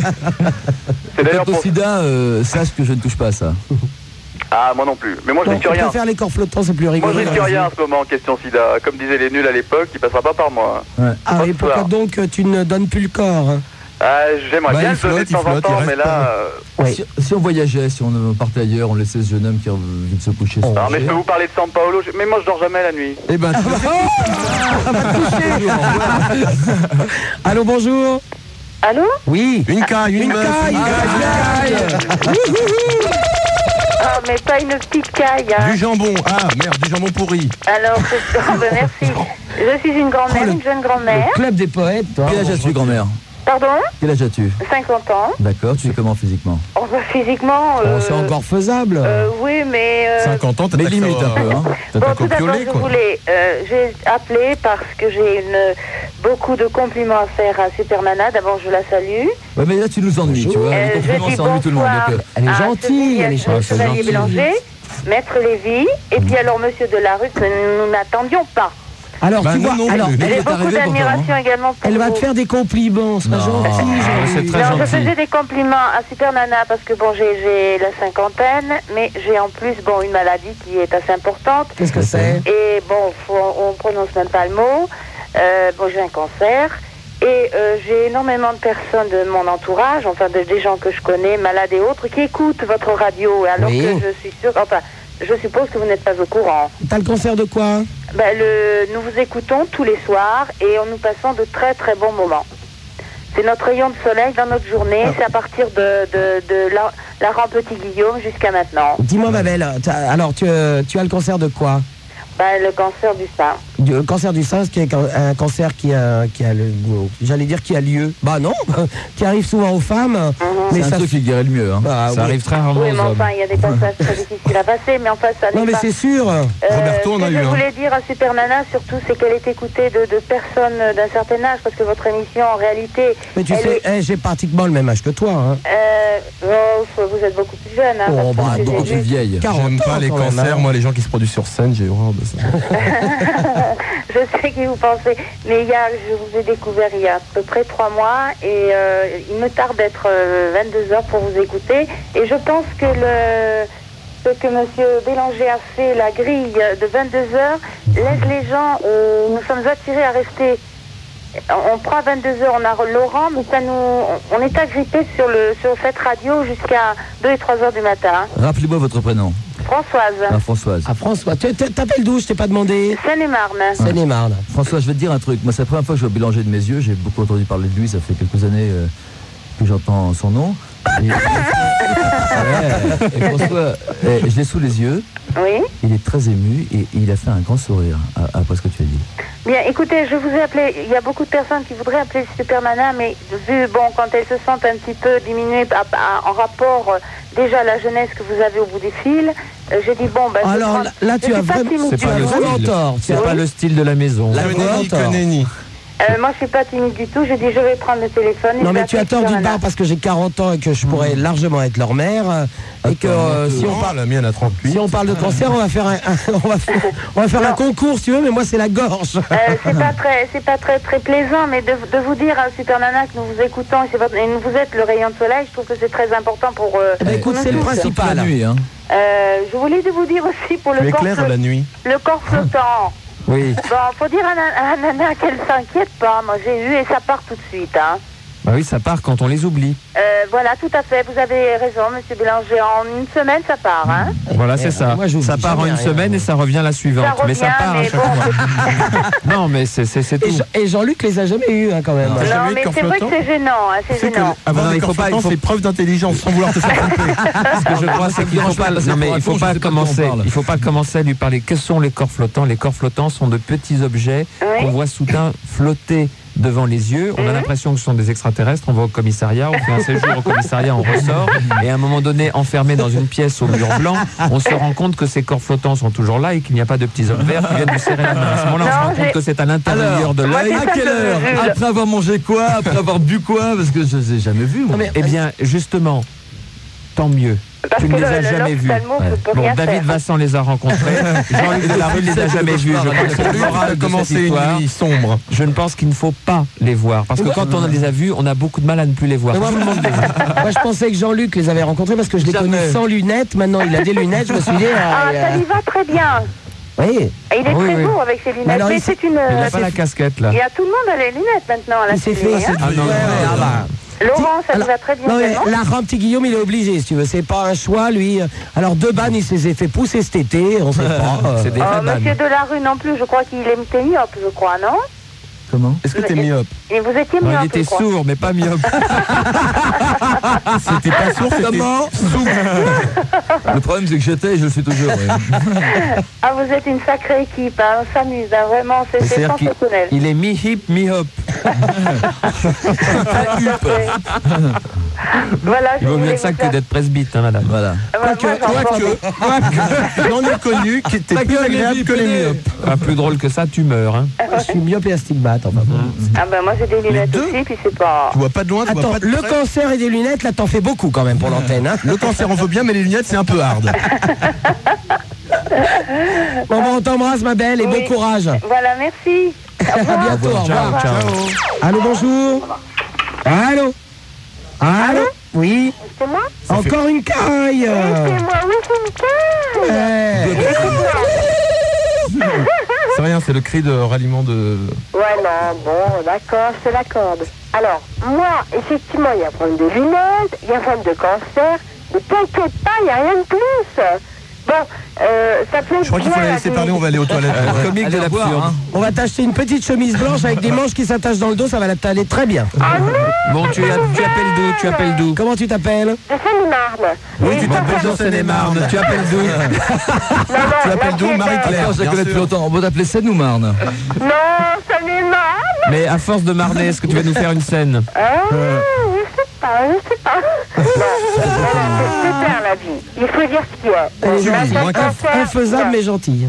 Speaker 5: C'est d'ailleurs
Speaker 7: Quant au
Speaker 5: pour...
Speaker 7: sida, euh, sache que je ne touche pas à ça.
Speaker 5: Ah, moi non plus. Mais moi, je
Speaker 4: Bon,
Speaker 5: risque
Speaker 4: on
Speaker 5: rien.
Speaker 4: préfère les corps flottants, c'est plus
Speaker 5: Moi,
Speaker 4: rigolo.
Speaker 5: je risque rien en ce moment en question sida. Comme disaient les nuls à l'époque, il passera pas par moi. hein.
Speaker 4: Ah, et
Speaker 5: Bonsoir.
Speaker 4: pourquoi donc euh, tu ne donnes plus le corps hein
Speaker 5: Ah, J'aimerais
Speaker 3: Bah,
Speaker 5: bien
Speaker 3: il
Speaker 5: le donner
Speaker 3: flotte,
Speaker 5: de
Speaker 3: il
Speaker 5: temps en
Speaker 3: flotte, il
Speaker 5: temps,
Speaker 3: reste
Speaker 5: mais là.
Speaker 3: pas.
Speaker 5: euh,
Speaker 4: Oui.
Speaker 7: Si, si on voyageait, si on euh, partait ailleurs, on laissait ce jeune homme qui a envie de se coucher. se
Speaker 5: Non, mais
Speaker 7: coucher.
Speaker 5: je peux vous parler de San Paolo. je- Mais moi, je dors jamais la nuit.
Speaker 3: Eh ben,
Speaker 4: Allô, bonjour
Speaker 8: Allô
Speaker 4: Oui
Speaker 3: une caille, une,
Speaker 4: Une
Speaker 3: meuf.
Speaker 4: caille, une caille, une caille.
Speaker 8: Ah, mais pas une petite caille. hein.
Speaker 3: Du jambon. Ah, merde, du jambon pourri.
Speaker 8: Alors, c'est- oh, ben, merci. Je suis une
Speaker 4: Oh,
Speaker 8: grand-mère,
Speaker 4: le-
Speaker 8: une jeune grand-mère.
Speaker 4: Club des poètes, toi.
Speaker 7: Quel âge as-tu, grand-mère
Speaker 8: Pardon
Speaker 7: Quel âge as-tu
Speaker 8: 50 ans.
Speaker 7: D'accord, tu es comment physiquement
Speaker 8: Oh, bah, physiquement.
Speaker 4: Bon,
Speaker 8: euh,
Speaker 4: c'est encore faisable.
Speaker 8: euh, oui, mais. euh,
Speaker 3: 50 ans, t'as
Speaker 7: Mais
Speaker 3: t'as que
Speaker 7: limite
Speaker 3: ça, euh,
Speaker 7: un peu, hein.
Speaker 3: T'as
Speaker 8: Bon,
Speaker 3: t'as
Speaker 8: tout
Speaker 3: qu'au
Speaker 8: d'abord,
Speaker 3: piolet,
Speaker 8: je
Speaker 3: quoi.
Speaker 8: voulais, euh, j'ai appelé parce que j'ai une, beaucoup de compliments à faire à Supermana. D'abord, je la salue.
Speaker 7: Ouais, mais là, tu nous ennuies, tu vois.
Speaker 8: Euh,
Speaker 7: les
Speaker 8: je
Speaker 7: compliments,
Speaker 8: dis
Speaker 7: ça ennuie
Speaker 8: bonsoir
Speaker 7: tout le monde. donc, euh,
Speaker 4: elle est
Speaker 8: à
Speaker 4: gentille,
Speaker 8: Sophie,
Speaker 4: Ah, elle est
Speaker 8: Ah,
Speaker 4: gentille.
Speaker 8: à
Speaker 4: Ah,
Speaker 8: Chevalier Bélanger, Maître Lévy, et
Speaker 4: Mm.
Speaker 8: puis alors Monsieur Delarue que nous n'attendions pas.
Speaker 4: alors,
Speaker 3: bah,
Speaker 4: tu
Speaker 3: non,
Speaker 4: vois,
Speaker 3: non,
Speaker 4: alors,
Speaker 7: mais-
Speaker 4: elle,
Speaker 7: est
Speaker 8: J'ai
Speaker 7: arrivée
Speaker 8: beaucoup
Speaker 7: pourtant,
Speaker 8: d'admiration également pour
Speaker 4: elle va
Speaker 8: vous.
Speaker 4: te faire des compliments, sois
Speaker 7: Non.
Speaker 4: gentille.
Speaker 7: Ah,
Speaker 4: Jean-Luc.
Speaker 7: c'est très
Speaker 8: non, je
Speaker 7: gentil.
Speaker 8: faisais des compliments à Super Nana parce que bon, j'ai- j'ai la cinquantaine, mais j'ai en plus bon une maladie qui est assez importante.
Speaker 4: Qu'est-ce que c'est
Speaker 8: Et bon, faut- on prononce même pas le mot. Euh, bon, j'ai un cancer. Et euh, j'ai énormément de personnes de mon entourage, enfin de, des gens que je connais, malades et autres, qui écoutent votre radio, alors
Speaker 4: Oui.
Speaker 8: que je suis sûre, enfin, je suppose que vous n'êtes pas au courant.
Speaker 4: T'as le cancer de quoi
Speaker 8: Ben, le, nous vous écoutons tous les soirs et on- nous passons de très très bons moments. C'est notre rayon de soleil dans notre journée, c'est à partir de, de, de la, la rampe Petit Guillaume jusqu'à maintenant.
Speaker 4: Dis-moi, ma belle, t'as- alors, tu, euh, tu as le cancer de quoi
Speaker 8: Ben, le cancer du sein.
Speaker 4: Du- le cancer du sein, ce qui est can- un cancer qui a, qui a le- j'allais dire qui a lieu. Bah non, qui arrive souvent aux
Speaker 8: Mhm.
Speaker 4: femmes. Mais
Speaker 7: C'est un
Speaker 4: ça,
Speaker 7: truc qui guérit le mieux. Hein.
Speaker 4: bah,
Speaker 2: ça
Speaker 4: oui.
Speaker 2: arrive très
Speaker 3: Oh
Speaker 2: rarement
Speaker 8: Oui,
Speaker 2: aux
Speaker 8: mais
Speaker 2: hommes.
Speaker 8: enfin, il y a des passages très difficiles à passer, mais enfin, ça
Speaker 4: Non
Speaker 8: n'est
Speaker 4: mais
Speaker 8: pas...
Speaker 4: c'est sûr.
Speaker 8: Euh,
Speaker 3: Roberto en
Speaker 8: ce
Speaker 3: a
Speaker 8: que
Speaker 3: eu
Speaker 8: je
Speaker 3: un.
Speaker 8: voulais dire à Super Nana, surtout, c'est qu'elle est écoutée de, de personnes euh, d'un certain âge, parce que votre émission, en réalité,
Speaker 4: Mais tu
Speaker 8: elle
Speaker 4: sais,
Speaker 8: est-
Speaker 4: eh, j'ai pratiquement le même âge que toi. hein.
Speaker 8: euh, oh, vous êtes beaucoup plus jeune. Hein,
Speaker 4: Oh,
Speaker 8: parce
Speaker 4: bah,
Speaker 8: que j'ai
Speaker 7: Ah, Beaucoup
Speaker 8: vu-
Speaker 7: plus vieille.
Speaker 4: 40
Speaker 3: J'aime
Speaker 4: ans,
Speaker 3: pas les
Speaker 4: quand même,
Speaker 3: cancers,
Speaker 4: hein.
Speaker 3: moi les gens qui se produisent sur scène, j'ai horreur de ça.
Speaker 8: Je sais qui vous pensez, mais il y a, je vous ai découvert il y a à peu près trois mois et euh, il me tarde d'être 22 heures pour vous écouter. Et je pense que le, ce que Monsieur Bélanger a fait, la grille de 22 heures, laisse les gens. euh, nous sommes attirés à rester. On on prend 22 heures, on a Laurent, mais ça nous, on- on est agrippé sur le sur cette radio jusqu'à 2 et 3 heures du matin.
Speaker 7: Rappelez-moi votre prénom,
Speaker 8: Françoise,
Speaker 7: Ah, Françoise.
Speaker 4: Ah François, tu- tu- t'appelles d'où Je t'ai pas demandé.
Speaker 8: Seine-et-Marne.
Speaker 4: Seine-et-Marne.
Speaker 7: François, je vais te dire un truc. Moi, c'est la première fois que je vois Bélanger de mes yeux. J'ai beaucoup entendu parler de lui. Ça fait quelques années euh, que j'entends son nom. Et, Ouais, et François, eh, je l'ai sous les yeux.
Speaker 8: Oui.
Speaker 7: Il est très ému et il a fait un grand sourire a- après ce que tu as dit.
Speaker 8: Bien, écoutez, je vous ai appelé. Il y a beaucoup de personnes qui voudraient appeler le Supermana, mais vu, bon, quand elles se sentent un petit peu diminuées à- à- en rapport euh, déjà à la jeunesse que vous avez au bout du fil, euh, j'ai dit, bon, ben, je
Speaker 4: Alors
Speaker 8: prends-
Speaker 4: là, là, tu
Speaker 8: je suis
Speaker 4: as
Speaker 8: pas
Speaker 4: vraiment,
Speaker 8: timide
Speaker 4: tu
Speaker 8: du
Speaker 4: as
Speaker 8: tout.
Speaker 4: vraiment tort. Tu as
Speaker 2: C'est pas le style de la maison.
Speaker 4: La-
Speaker 3: Que
Speaker 4: voilà
Speaker 3: nenni,
Speaker 4: encore.
Speaker 3: que nenni.
Speaker 8: Euh, moi, je suis pas timide du tout. J'ai dit, je vais prendre le téléphone. et
Speaker 4: Non
Speaker 8: je vais
Speaker 4: mais tu as
Speaker 8: appeler
Speaker 4: tort d'une
Speaker 8: Supermana.
Speaker 4: part parce que j'ai 40 ans et que je pourrais largement être leur mère euh, et que euh, si on
Speaker 3: Oh,
Speaker 4: parle
Speaker 3: la mienne à 38.
Speaker 4: si on parle de cancer, on va faire un, un- on va faire, on va faire un concours si tu veux, mais moi c'est la gorge.
Speaker 8: Euh, c'est pas très, c'est pas très très plaisant, mais de, de vous dire à Super Nana que nous vous écoutons et, c'est votre- et vous êtes le rayon de soleil, je trouve que c'est très important pour. euh,
Speaker 4: Eh ben, écoute,
Speaker 8: nous
Speaker 4: c'est le
Speaker 8: tous.
Speaker 4: principe.
Speaker 7: Pas la
Speaker 4: Voilà.
Speaker 7: nuit, hein.
Speaker 8: Euh, je voulais vous dire aussi pour
Speaker 3: Tu
Speaker 8: le corps,
Speaker 3: éclaires la nuit.
Speaker 8: le corps flottant.
Speaker 2: Oui.
Speaker 8: Bon, faut dire à, Nan- à Nana qu'elle s'inquiète pas. Moi, j'ai eu et ça part tout de suite. Hein.
Speaker 2: Bah oui, ça part quand on les oublie.
Speaker 8: Euh, voilà, tout à fait. Vous avez raison, Monsieur Bélanger. En une semaine, ça part. Hein
Speaker 2: Voilà,
Speaker 4: Eh,
Speaker 2: c'est ça.
Speaker 4: moi, j'oublie
Speaker 2: ça part en
Speaker 4: jamais
Speaker 2: une
Speaker 4: rien,
Speaker 2: semaine
Speaker 4: moi.
Speaker 2: et ça revient la suivante.
Speaker 8: Ça
Speaker 2: mais ça
Speaker 8: revient,
Speaker 2: part à
Speaker 8: mais
Speaker 2: chaque fois. non, mais c'est c'est- c'est tout. Ah,
Speaker 4: Et, Jean- et Jean-Luc les a jamais eus hein, quand même.
Speaker 3: T'as
Speaker 8: non,
Speaker 3: jamais eu de
Speaker 8: mais
Speaker 3: corps
Speaker 8: c'est vrai que
Speaker 3: flottant
Speaker 8: c'est gênant. hein, c'est
Speaker 3: C'est que
Speaker 8: gênant.
Speaker 3: avoir
Speaker 2: Non,
Speaker 3: des
Speaker 2: il faut
Speaker 3: corps
Speaker 2: pas- il
Speaker 3: flottants,
Speaker 2: faut-
Speaker 3: c'est preuve d'intelligence sans vouloir te faire tromper.
Speaker 2: Ce que je crois, c'est qu'il
Speaker 7: Moi,
Speaker 2: faut
Speaker 7: je suis
Speaker 2: pas.
Speaker 7: passé
Speaker 2: non, mais
Speaker 7: pour un
Speaker 2: il
Speaker 7: con,
Speaker 2: faut
Speaker 7: je
Speaker 2: pas
Speaker 7: sais pas de quoi on
Speaker 2: commencer.
Speaker 7: parle.
Speaker 2: Il faut pas commencer à lui parler. Quels sont les corps flottants Les corps flottants sont de petits objets
Speaker 8: Oui.
Speaker 2: qu'on voit soudain flotter devant les yeux.
Speaker 8: Mhm.
Speaker 2: On a l'impression que ce sont des extraterrestres. On va au commissariat, on fait un séjour au commissariat, on ressort. Et à un moment donné, enfermé dans une pièce au mur blanc, on se rend compte que ces corps flottants sont toujours là et qu'il n'y a pas de petits hommes verts qui viennent nous serrer la main. À ce moment-là, on se
Speaker 8: Non,
Speaker 2: rend compte
Speaker 8: j'ai-
Speaker 2: que c'est à l'intérieur
Speaker 7: Alors,
Speaker 2: de l'œil.
Speaker 8: c'est
Speaker 7: À
Speaker 8: ça
Speaker 7: quelle
Speaker 8: que
Speaker 7: heure
Speaker 8: je juge.
Speaker 7: Après avoir mangé quoi Après avoir bu quoi Parce que je ne ai jamais vu. moi.
Speaker 4: Non, mais-
Speaker 2: Eh bien, justement, tant mieux.
Speaker 8: Parce
Speaker 2: tu ne
Speaker 8: que
Speaker 2: les
Speaker 8: le-
Speaker 2: as
Speaker 8: le
Speaker 2: jamais vus.
Speaker 8: l'ophtalmo ne peut
Speaker 2: Bon,
Speaker 8: rien
Speaker 2: David
Speaker 8: faire.
Speaker 2: Vincent les a rencontrés. Jean-Luc Delarue ne les a jamais vus. Je pense que le moral de cette
Speaker 3: commencer
Speaker 2: histoire,
Speaker 3: une nuit sombre.
Speaker 2: je ne pense qu'il ne faut pas les voir. Parce que quand on les a vus, on a beaucoup de mal à ne plus les voir.
Speaker 4: Mais moi, moi, je pensais que Jean-Luc les avait rencontrés parce que je l'ai connu
Speaker 7: Jamais.
Speaker 4: sans lunettes. Maintenant, il a des lunettes. Je me suis dit. ah,
Speaker 8: Ah,
Speaker 4: il
Speaker 8: ça
Speaker 4: a-
Speaker 8: lui va très bien.
Speaker 4: oui,
Speaker 8: Et il est
Speaker 2: euh, Oui,
Speaker 8: très
Speaker 2: oui.
Speaker 8: beau avec ses lunettes.
Speaker 4: alors,
Speaker 8: mais
Speaker 4: il
Speaker 8: c'est une.
Speaker 2: Il n'a
Speaker 8: euh,
Speaker 2: pas la casquette, là.
Speaker 8: Il y a tout le monde a les lunettes maintenant à la
Speaker 4: il s'est
Speaker 8: télé,
Speaker 4: fait.
Speaker 8: hein.
Speaker 2: Ah, non, non,
Speaker 4: Ah, bah.
Speaker 8: Laurent, ça
Speaker 4: Alors,
Speaker 8: lui va très bien.
Speaker 4: Non, mais
Speaker 8: également.
Speaker 4: la rampe, petit Guillaume, il est obligé, si tu veux. C'est pas un choix, lui. Alors, deux bannes, il s'est fait pousser cet été. On sait pas. euh.
Speaker 2: C'est des
Speaker 8: Euh,
Speaker 2: vraies
Speaker 8: monsieur
Speaker 2: dames.
Speaker 8: Delarue non plus, je crois qu'il était myope, je crois, non
Speaker 7: Comment
Speaker 3: Est-ce que t'es myope
Speaker 8: Et vous étiez
Speaker 2: Non,
Speaker 8: myope,
Speaker 2: il était
Speaker 8: je crois.
Speaker 2: sourd, mais pas myope.
Speaker 3: C'était pas sourd, c'était
Speaker 7: Le problème, c'est que j'étais et je le suis toujours. ouais.
Speaker 8: Ah, vous êtes une sacrée équipe, hein, on s'amuse, hein, vraiment, c'est c'est
Speaker 2: C'est-à-dire qu'il
Speaker 8: sensationnel.
Speaker 2: il est mi-hip, mi-hop.
Speaker 8: voilà, je
Speaker 2: Il vaut mieux
Speaker 8: voulais
Speaker 2: de ça
Speaker 8: vous
Speaker 2: que
Speaker 8: faire-
Speaker 2: d'être presbyte, hein, madame.
Speaker 7: Voilà.
Speaker 8: Ah, bah, moi, j'en pense-
Speaker 3: quoique, j'en ai connu qui était plus agréable que les myopes.
Speaker 2: Pas plus drôle que ça, tu meurs. hein.
Speaker 4: Je suis myope et astigmate. Enfin, bon.
Speaker 8: Ah, bah, moi j'ai des lunettes
Speaker 3: deux
Speaker 8: aussi, puis c'est pas.
Speaker 3: Tu vois pas de loin, tu vois
Speaker 4: Attends,
Speaker 3: pas de
Speaker 4: le
Speaker 3: près.
Speaker 4: cancer et des lunettes, là, t'en fais beaucoup quand même pour l'antenne. Hein.
Speaker 3: Le cancer, on veut bien, mais les lunettes, c'est un peu hard.
Speaker 4: Bon, bon, on t'embrasse, ma belle, et
Speaker 8: Oui.
Speaker 4: bon courage.
Speaker 8: Voilà, merci. Au
Speaker 4: À
Speaker 8: revoir.
Speaker 4: bientôt, au
Speaker 2: Ciao,
Speaker 4: revoir.
Speaker 2: ciao.
Speaker 4: Allô, bonjour. Allô. Allô. Oui.
Speaker 8: C'est moi
Speaker 4: Encore une caille.
Speaker 8: C'est moi, oui, c'est une carte.
Speaker 9: Eh,
Speaker 4: Ouais.
Speaker 3: C'est rien, c'est le cri de ralliement de.
Speaker 8: Ouais, non, bon, d'accord, je te l'accorde. Alors, moi, effectivement, il y a un problème de lunettes, il y a un problème de cancer, mais t'inquiète pas, il n'y a rien de plus. Bon, euh, ça plaît
Speaker 3: Je crois qu'il faut la laisser parler, on va aller aux toilettes.
Speaker 2: Comique de
Speaker 7: Allez, au revoir,
Speaker 2: l'absurde.
Speaker 7: hein.
Speaker 4: On va t'acheter une petite chemise blanche avec des manches qui s'attachent dans le dos, ça va t'aller très bien.
Speaker 8: Ah,
Speaker 2: Bon, tu, tu appelles d'où Tu appelles d'où
Speaker 4: Comment tu t'appelles
Speaker 8: De Seine-et-Marne.
Speaker 2: Oui,
Speaker 8: Et
Speaker 2: tu
Speaker 8: ça,
Speaker 2: t'appelles
Speaker 8: ça-
Speaker 2: dans Seine-et-Marne. Tu appelles d'où
Speaker 8: Non, non,
Speaker 3: Tu l'appelles
Speaker 8: la
Speaker 3: d'où
Speaker 8: fille
Speaker 3: Marie-Claire
Speaker 7: Attends, je la
Speaker 3: bien
Speaker 7: connais depuis
Speaker 3: sûr.
Speaker 7: longtemps. On peut t'appeler Seine ou Marne
Speaker 8: est- Non, Seine-et-Marne.
Speaker 2: Mais à force de marner, est-ce que tu vas nous faire une scène
Speaker 8: Ah, je sais pas, je sais pas. Non, voilà, c'est super la vie. Il faut dire ce qu'il y
Speaker 3: Ah,
Speaker 8: a.
Speaker 4: Elle
Speaker 8: Là,
Speaker 4: est
Speaker 8: t'as le
Speaker 4: gentille.
Speaker 8: cancer,
Speaker 4: Infaisable mais gentille.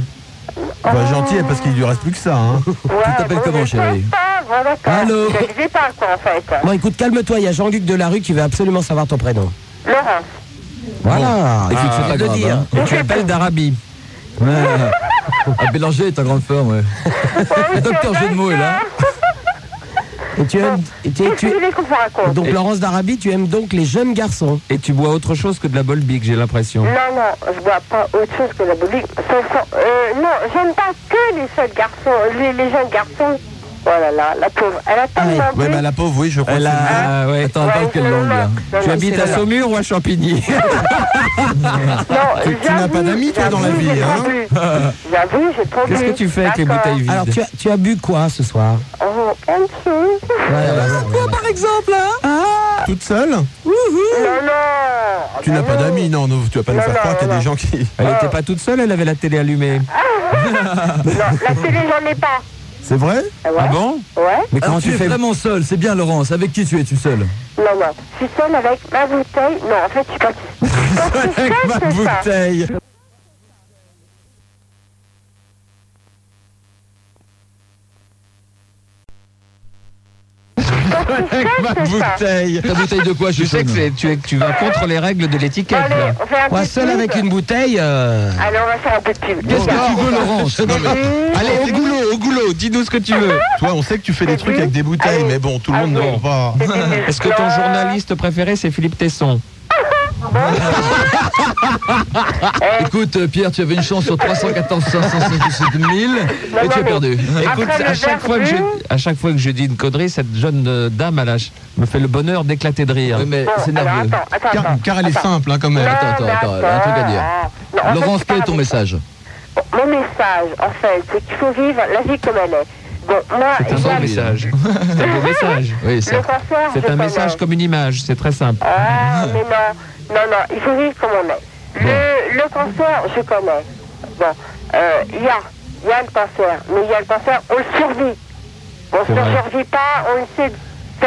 Speaker 3: Bah, gentil, parce qu'il lui reste plus que ça. Hein.
Speaker 8: Ouais,
Speaker 7: t'appelles
Speaker 8: bon,
Speaker 7: comment,
Speaker 8: je sais
Speaker 7: chérie
Speaker 8: pas, bon, d'accord.
Speaker 3: Ah.
Speaker 7: Allô
Speaker 8: Je disais pas, quoi, en fait.
Speaker 4: Bon, écoute, calme-toi, il y a Jean-Luc Delarue qui veut absolument savoir ton prénom.
Speaker 8: Laurence.
Speaker 4: Voilà.
Speaker 7: Écoute,
Speaker 4: Ah,
Speaker 7: c'est pas
Speaker 4: de
Speaker 7: grave.
Speaker 4: dire.
Speaker 7: hein.
Speaker 2: Donc, Tu appelles d'Arabie.
Speaker 7: Ouais. Ah, Bélanger est en grande forme, ouais. Le docteur jeu de mots est là.
Speaker 4: Et tu aimes, et tu-
Speaker 8: Qu'est-ce que
Speaker 4: tu-
Speaker 8: vous voulez qu'on vous raconte
Speaker 4: donc Laurence d'Arabie, tu aimes donc les jeunes garçons.
Speaker 2: Et tu bois autre chose que de la Bolbic, j'ai l'impression.
Speaker 8: Non, non, je bois pas autre chose que la boulie. Ce sont- euh, non, j'aime pas que les seuls garçons, les, les jeunes garçons. Oh là là, la pauvre. Elle a tellement bu.
Speaker 3: Ouais, bah la pauvre, oui, je crois.
Speaker 2: Elle
Speaker 3: que c'est-
Speaker 2: a... ouais. Attends,
Speaker 7: Attends,
Speaker 8: Ouais,
Speaker 7: attends,
Speaker 8: je
Speaker 7: quelle
Speaker 8: le
Speaker 7: langue là
Speaker 8: remarque. Non,
Speaker 2: tu
Speaker 8: non,
Speaker 2: habites
Speaker 8: c'est
Speaker 2: à
Speaker 8: la-
Speaker 2: Saumur ou à Champigny
Speaker 8: Non,
Speaker 3: Tu- tu n'as
Speaker 8: j'avoue,
Speaker 3: pas d'amis, toi, dans la
Speaker 8: j'avoue,
Speaker 3: vie,
Speaker 8: j'ai
Speaker 3: hein.
Speaker 8: trop bu. J'avoue, j'ai trop
Speaker 2: Qu'est-ce
Speaker 8: bu.
Speaker 2: que tu fais avec les
Speaker 8: D'accord.
Speaker 2: bouteilles vides
Speaker 4: Alors tu as, tu as bu quoi ce soir
Speaker 8: Oh, plein de choses.
Speaker 4: par exemple
Speaker 3: Toute seule
Speaker 8: Non, non.
Speaker 3: Tu
Speaker 8: Bah
Speaker 3: n'as pas
Speaker 8: non.
Speaker 3: d'amis, Ah, non, non, tu vas pas nous
Speaker 8: Non,
Speaker 3: faire
Speaker 8: non,
Speaker 3: croire qu'il y a
Speaker 8: non.
Speaker 3: des gens qui.
Speaker 2: Elle n'était pas toute seule, elle avait la télé allumée.
Speaker 8: Non, la télé, j'en ai pas.
Speaker 3: C'est vrai
Speaker 8: Ah ouais
Speaker 2: Ah bon
Speaker 8: Ouais.
Speaker 2: Mais comment
Speaker 7: Alors, Ah, tu
Speaker 2: tu
Speaker 7: es
Speaker 2: fais
Speaker 7: vraiment seul, c'est bien Laurence. Avec qui tu es tu seul
Speaker 8: Non, non. Je suis seule avec ma bouteille. Non, en fait, je suis pas Je suis pas toute seule, c'est ça.
Speaker 3: bouteille
Speaker 8: Seule, c'est ça.
Speaker 3: Bouteille
Speaker 7: Ta bouteille de quoi, je
Speaker 2: Tu sais que c'est- tu, es- tu vas contre les règles de l'étiquette.
Speaker 8: Allez,
Speaker 2: là.
Speaker 8: on fait un
Speaker 4: Moi
Speaker 8: petit
Speaker 4: seul
Speaker 8: pub.
Speaker 4: avec une bouteille. euh,
Speaker 8: Allez, on va faire un peu de pub.
Speaker 7: Qu'est-ce
Speaker 8: Regarde.
Speaker 7: que tu veux, Laurence
Speaker 2: Allez, au goulot, au goulot, dis-nous ce que tu veux.
Speaker 3: Toi, on sait que tu fais des trucs avec des Ah bouteilles, mais bon, tout le monde ne
Speaker 8: Allez.
Speaker 3: va pas.
Speaker 8: C'est des
Speaker 2: Est-ce que ton
Speaker 8: musclants.
Speaker 2: journaliste préféré, c'est Philippe Tesson
Speaker 7: Écoute, euh, Pierre, tu avais une chance sur 314 557 000 et tu as
Speaker 8: mais-
Speaker 7: perdu.
Speaker 2: Écoute,
Speaker 8: Après le
Speaker 2: à chaque, fois que je,
Speaker 8: verdure-
Speaker 2: à chaque fois que je dis une connerie, cette jeune euh, dame à lâche me fait le bonheur d'éclater de rire.
Speaker 7: Oui, mais
Speaker 8: Bon,
Speaker 7: c'est
Speaker 8: alors
Speaker 7: nerveux.
Speaker 8: attends, attends,
Speaker 3: Car,
Speaker 8: attends.
Speaker 3: car elle est simple, hein, quand même.
Speaker 7: attends,
Speaker 8: Non, mais
Speaker 7: attends, attends, un truc à dire.
Speaker 8: Non, en fait,
Speaker 7: Laurence,
Speaker 8: c'est
Speaker 7: quel est
Speaker 8: pas
Speaker 7: ton
Speaker 8: un-
Speaker 7: message
Speaker 8: Mon message, en fait, c'est qu'il faut vivre la vie comme elle est. Bon, moi,
Speaker 2: C'est un
Speaker 8: il y a-
Speaker 2: beau message. C'est un beau message.
Speaker 7: Oui,
Speaker 8: le
Speaker 7: ça.
Speaker 8: cancer, je
Speaker 2: C'est un
Speaker 8: connais.
Speaker 2: message comme une image, c'est très simple.
Speaker 8: Ah, mais non, non, non, il faut vivre comme on est. Le, le cancer, je connais. Bon, euh, il y a, il y a le cancer, mais il y a le cancer, on le survit. On
Speaker 2: C'est
Speaker 8: ne
Speaker 2: vrai.
Speaker 8: survit pas, on essaie de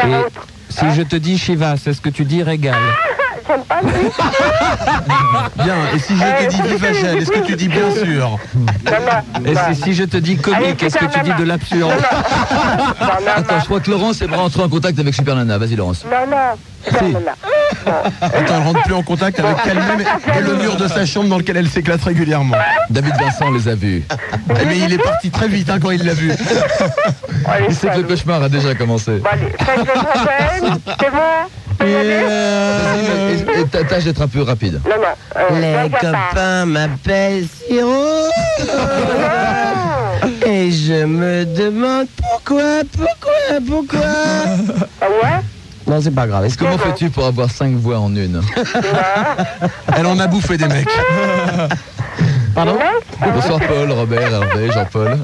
Speaker 8: faire
Speaker 2: Et-
Speaker 8: autre.
Speaker 2: Si je te dis Shiva, c'est ce que tu dis régale.
Speaker 8: J'aime pas le
Speaker 3: Bien,
Speaker 8: dire.
Speaker 3: et si je te dis Vive Hachel, est-ce que tu dis bien sûr
Speaker 8: Non, non,
Speaker 2: Et
Speaker 8: non.
Speaker 2: si, si je te dis
Speaker 8: Allez,
Speaker 2: comique, est-ce que tu dis de l'absurde
Speaker 8: Non, non,
Speaker 7: Attends, je crois que Laurence est entré en contact avec Super Nana. Vas-y, Laurence.
Speaker 8: non, non, non, non, non.
Speaker 3: Attends, elle rentre plus en contact avec elle-même et le mur de sa chambre dans lequel elle s'éclate régulièrement.
Speaker 7: David Vincent les a vus.
Speaker 3: Eh, Mais il est parti très vite hein, quand il l'a vu.
Speaker 8: Allez,
Speaker 7: Il sait que le
Speaker 8: salut.
Speaker 7: cauchemar a déjà commencé.
Speaker 8: Bon, allez, faites votre rappel, c'est bon
Speaker 3: Et
Speaker 7: Vas-y,
Speaker 3: euh,
Speaker 7: mais- et- et ta- Tâche d'être un peu rapide.
Speaker 8: Non, non, euh,
Speaker 4: Les
Speaker 8: je vois pas.
Speaker 4: copains m'appellent Siro
Speaker 2: Oh.
Speaker 4: et je me demande pourquoi, pourquoi, pourquoi.
Speaker 8: Ah ouais
Speaker 4: Non, c'est pas grave. Est-ce que
Speaker 7: Comment fais-tu pour avoir cinq voix en une
Speaker 3: elle en a bouffé des mecs.
Speaker 8: Pardon
Speaker 7: Bonsoir Paul, Robert, Hervé, Jean-Paul.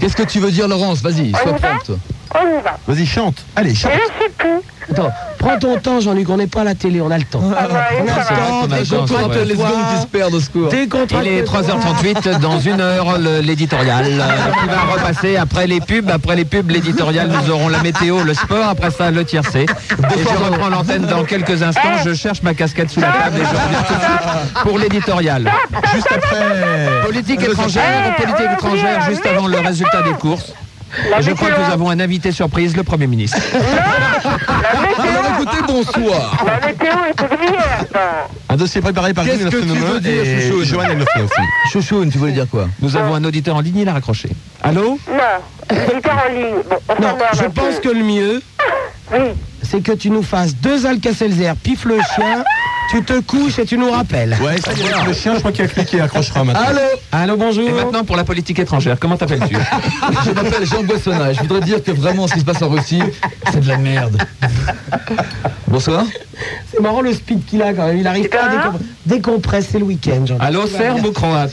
Speaker 7: Qu'est-ce que tu veux dire, Laurence Vas-y, sois
Speaker 8: On y va
Speaker 7: prompte.
Speaker 8: On y va.
Speaker 2: Ah,
Speaker 3: Vas-y, chante. Allez,
Speaker 8: Je
Speaker 3: chante.
Speaker 8: sais plus.
Speaker 4: Attends, prends ton temps, Jean-Luc. On n'est pas à la télé, on a le temps.
Speaker 8: Ah ouais, ça va.
Speaker 2: qu'on a
Speaker 7: Dès
Speaker 2: chance,
Speaker 7: qu'on te rappelle
Speaker 2: ouais.
Speaker 7: les secondes qui se perdent au secours.
Speaker 4: Dès qu'on
Speaker 2: Il est 3h38, dans une heure, le- l'éditorial euh, qui va repasser après les pubs. Après les pubs, l'éditorial, nous aurons la météo, le sport, après ça, le tiercé. Et je reprends l'antenne dans quelques instants.
Speaker 8: Eh.
Speaker 2: Je cherche ma casquette sous la table et je reviens tout de suite pour l'éditorial.
Speaker 3: Juste après.
Speaker 2: Politique étrangère,
Speaker 8: Eh,
Speaker 2: politique étrangère, juste avant le résultat des courses. Et je crois que nous avons un invité surprise, le Premier ministre.
Speaker 8: La météo,
Speaker 7: Alors écoutez, bonsoir.
Speaker 8: la météo est ouvrière.
Speaker 3: Un dossier préparé par
Speaker 7: Qu'est-ce
Speaker 3: Gilles
Speaker 7: que tu
Speaker 3: Astronomer
Speaker 7: veux dire,
Speaker 3: et
Speaker 7: Chouchoune
Speaker 3: Johan Elofé aussi.
Speaker 7: Chouchoune, tu voulais dire quoi
Speaker 2: Nous avons un auditeur en ligne, il a raccroché. Allô Ah,
Speaker 8: Non, c'est pas en ligne. Bon, on
Speaker 4: Non,
Speaker 8: s'emmerde
Speaker 4: je
Speaker 8: un peu.
Speaker 4: pense que le mieux,
Speaker 8: Oui.
Speaker 4: c'est que tu nous fasses deux Alka-Seltzer, pif le chien, tu te couches et tu nous rappelles.
Speaker 3: Ouais, ça y est, le chien, je crois qu'il a cliqué et accrochera maintenant.
Speaker 4: Allô Allô,
Speaker 2: Et
Speaker 4: bonjour.
Speaker 2: maintenant pour la politique étrangère, comment t'appelles-tu
Speaker 7: Je m'appelle Jean Boissonnat. Je voudrais dire que vraiment, ce qui se passe en Russie, c'est de la merde. Bonsoir.
Speaker 4: C'est marrant le speed qu'il a quand même. Il arrive pas à
Speaker 8: Hein
Speaker 4: décompre- décompresser le week-end, Jean-Luc.
Speaker 2: Allô, serbe ou croate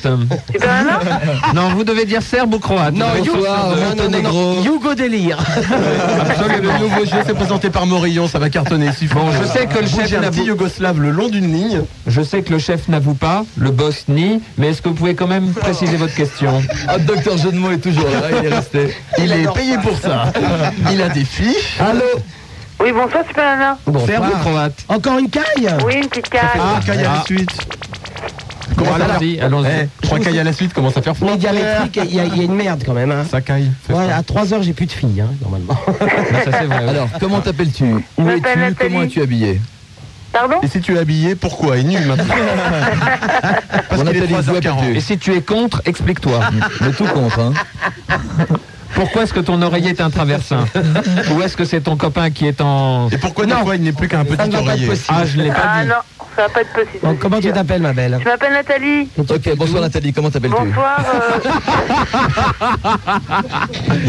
Speaker 8: Tu peux un
Speaker 2: Non, vous devez dire serbe ou croate.
Speaker 7: Bonsoir, Monténégro.
Speaker 4: Hugo Délire.
Speaker 3: Le nouveau jeu, c'est présenté par Morillon, ça va cartonner. Si
Speaker 2: Bon, je sais que le chef
Speaker 3: un petit
Speaker 2: n'avoue-
Speaker 3: Yougoslave le long d'une ligne.
Speaker 2: Je sais que le chef n'avoue pas, le boss nie, mais est-ce que vous pouvez quand même préciser votre question
Speaker 7: Ah, docteur Jeu de mots est toujours là. Il est resté.
Speaker 3: Il est payé pour ça. Il a des fiches.
Speaker 4: Allô
Speaker 8: Oui, bonsoir, tu peux un
Speaker 2: Serbe ou croate
Speaker 4: Encore une caille
Speaker 8: Oui, une petite carte.
Speaker 3: Ah, caille à la suite. Comment ça va
Speaker 2: Allons-y, allons-y.
Speaker 3: Eh, trois cailles à la suite, commence à faire froid.
Speaker 4: Mais diamétrique, il y, a- il y a une merde quand même. Hein.
Speaker 3: Ça caille. fait
Speaker 4: Ouais,
Speaker 3: froid.
Speaker 4: à 3 heures, j'ai plus de filles, hein, normalement.
Speaker 2: Non, ça, c'est vrai, oui.
Speaker 7: Alors, comment t'appelles-tu Où
Speaker 8: m'appelle
Speaker 7: es-tu
Speaker 8: Nathalie.
Speaker 7: Comment es-tu habillé
Speaker 8: Pardon
Speaker 3: Et si tu es habillé, pourquoi Il est nu maintenant. Parce
Speaker 7: On
Speaker 3: qu'il est
Speaker 7: appelle une voix
Speaker 3: 3h40.
Speaker 2: Et si tu es contre, explique-toi.
Speaker 7: Mais tout compte, hein.
Speaker 2: Pourquoi est-ce que ton oreiller est un traversin Ou est-ce que c'est ton copain qui est en...
Speaker 3: Et pourquoi des fois il n'est plus qu'un petit
Speaker 4: va pas être
Speaker 3: oreiller
Speaker 4: possible.
Speaker 2: Ah, je l'ai pas
Speaker 8: Ah
Speaker 2: dit.
Speaker 8: non, ça va pas être possible.
Speaker 4: Donc, comment tu t'appelles, ma belle
Speaker 8: Je m'appelle Nathalie.
Speaker 4: Et tu
Speaker 7: Ok,
Speaker 4: fais
Speaker 7: bonsoir Nathalie, comment t'appelles-tu
Speaker 8: Bonsoir, euh,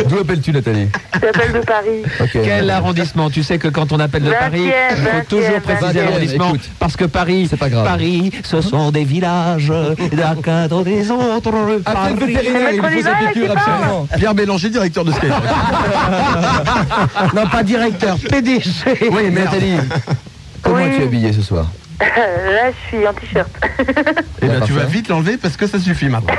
Speaker 7: D'où appelles-tu Nathalie
Speaker 8: je t'appelle de Paris.
Speaker 7: Ok.
Speaker 2: Quel arrondissement Tu sais que quand on appelle de Paris, il
Speaker 8: Vingtième,
Speaker 2: faut toujours
Speaker 8: vingtième,
Speaker 2: préciser
Speaker 8: vingtième.
Speaker 2: l'arrondissement.
Speaker 7: Écoute,
Speaker 2: Parce que Paris,
Speaker 7: c'est pas grave.
Speaker 2: Paris, ce sont des villages d'un cadre des autres.
Speaker 7: Appelle le
Speaker 2: Paris.
Speaker 7: vétérinaire, il
Speaker 8: Maître
Speaker 7: faut sa
Speaker 8: Olivain,
Speaker 7: piqûre
Speaker 8: qui parle.
Speaker 7: absolument.
Speaker 3: Ah, Pierre Bélanger, directeur de Skyrock.
Speaker 4: tout. Non,
Speaker 2: Ah.
Speaker 4: pas directeur, PDG.
Speaker 7: Oui, Nathalie, comment
Speaker 8: Oui.
Speaker 7: es-tu habillée ce soir
Speaker 8: Là, je suis en t-shirt.
Speaker 3: Et
Speaker 7: Ah,
Speaker 3: ben tu
Speaker 7: parfait.
Speaker 3: vas vite l'enlever parce que ça suffit maintenant.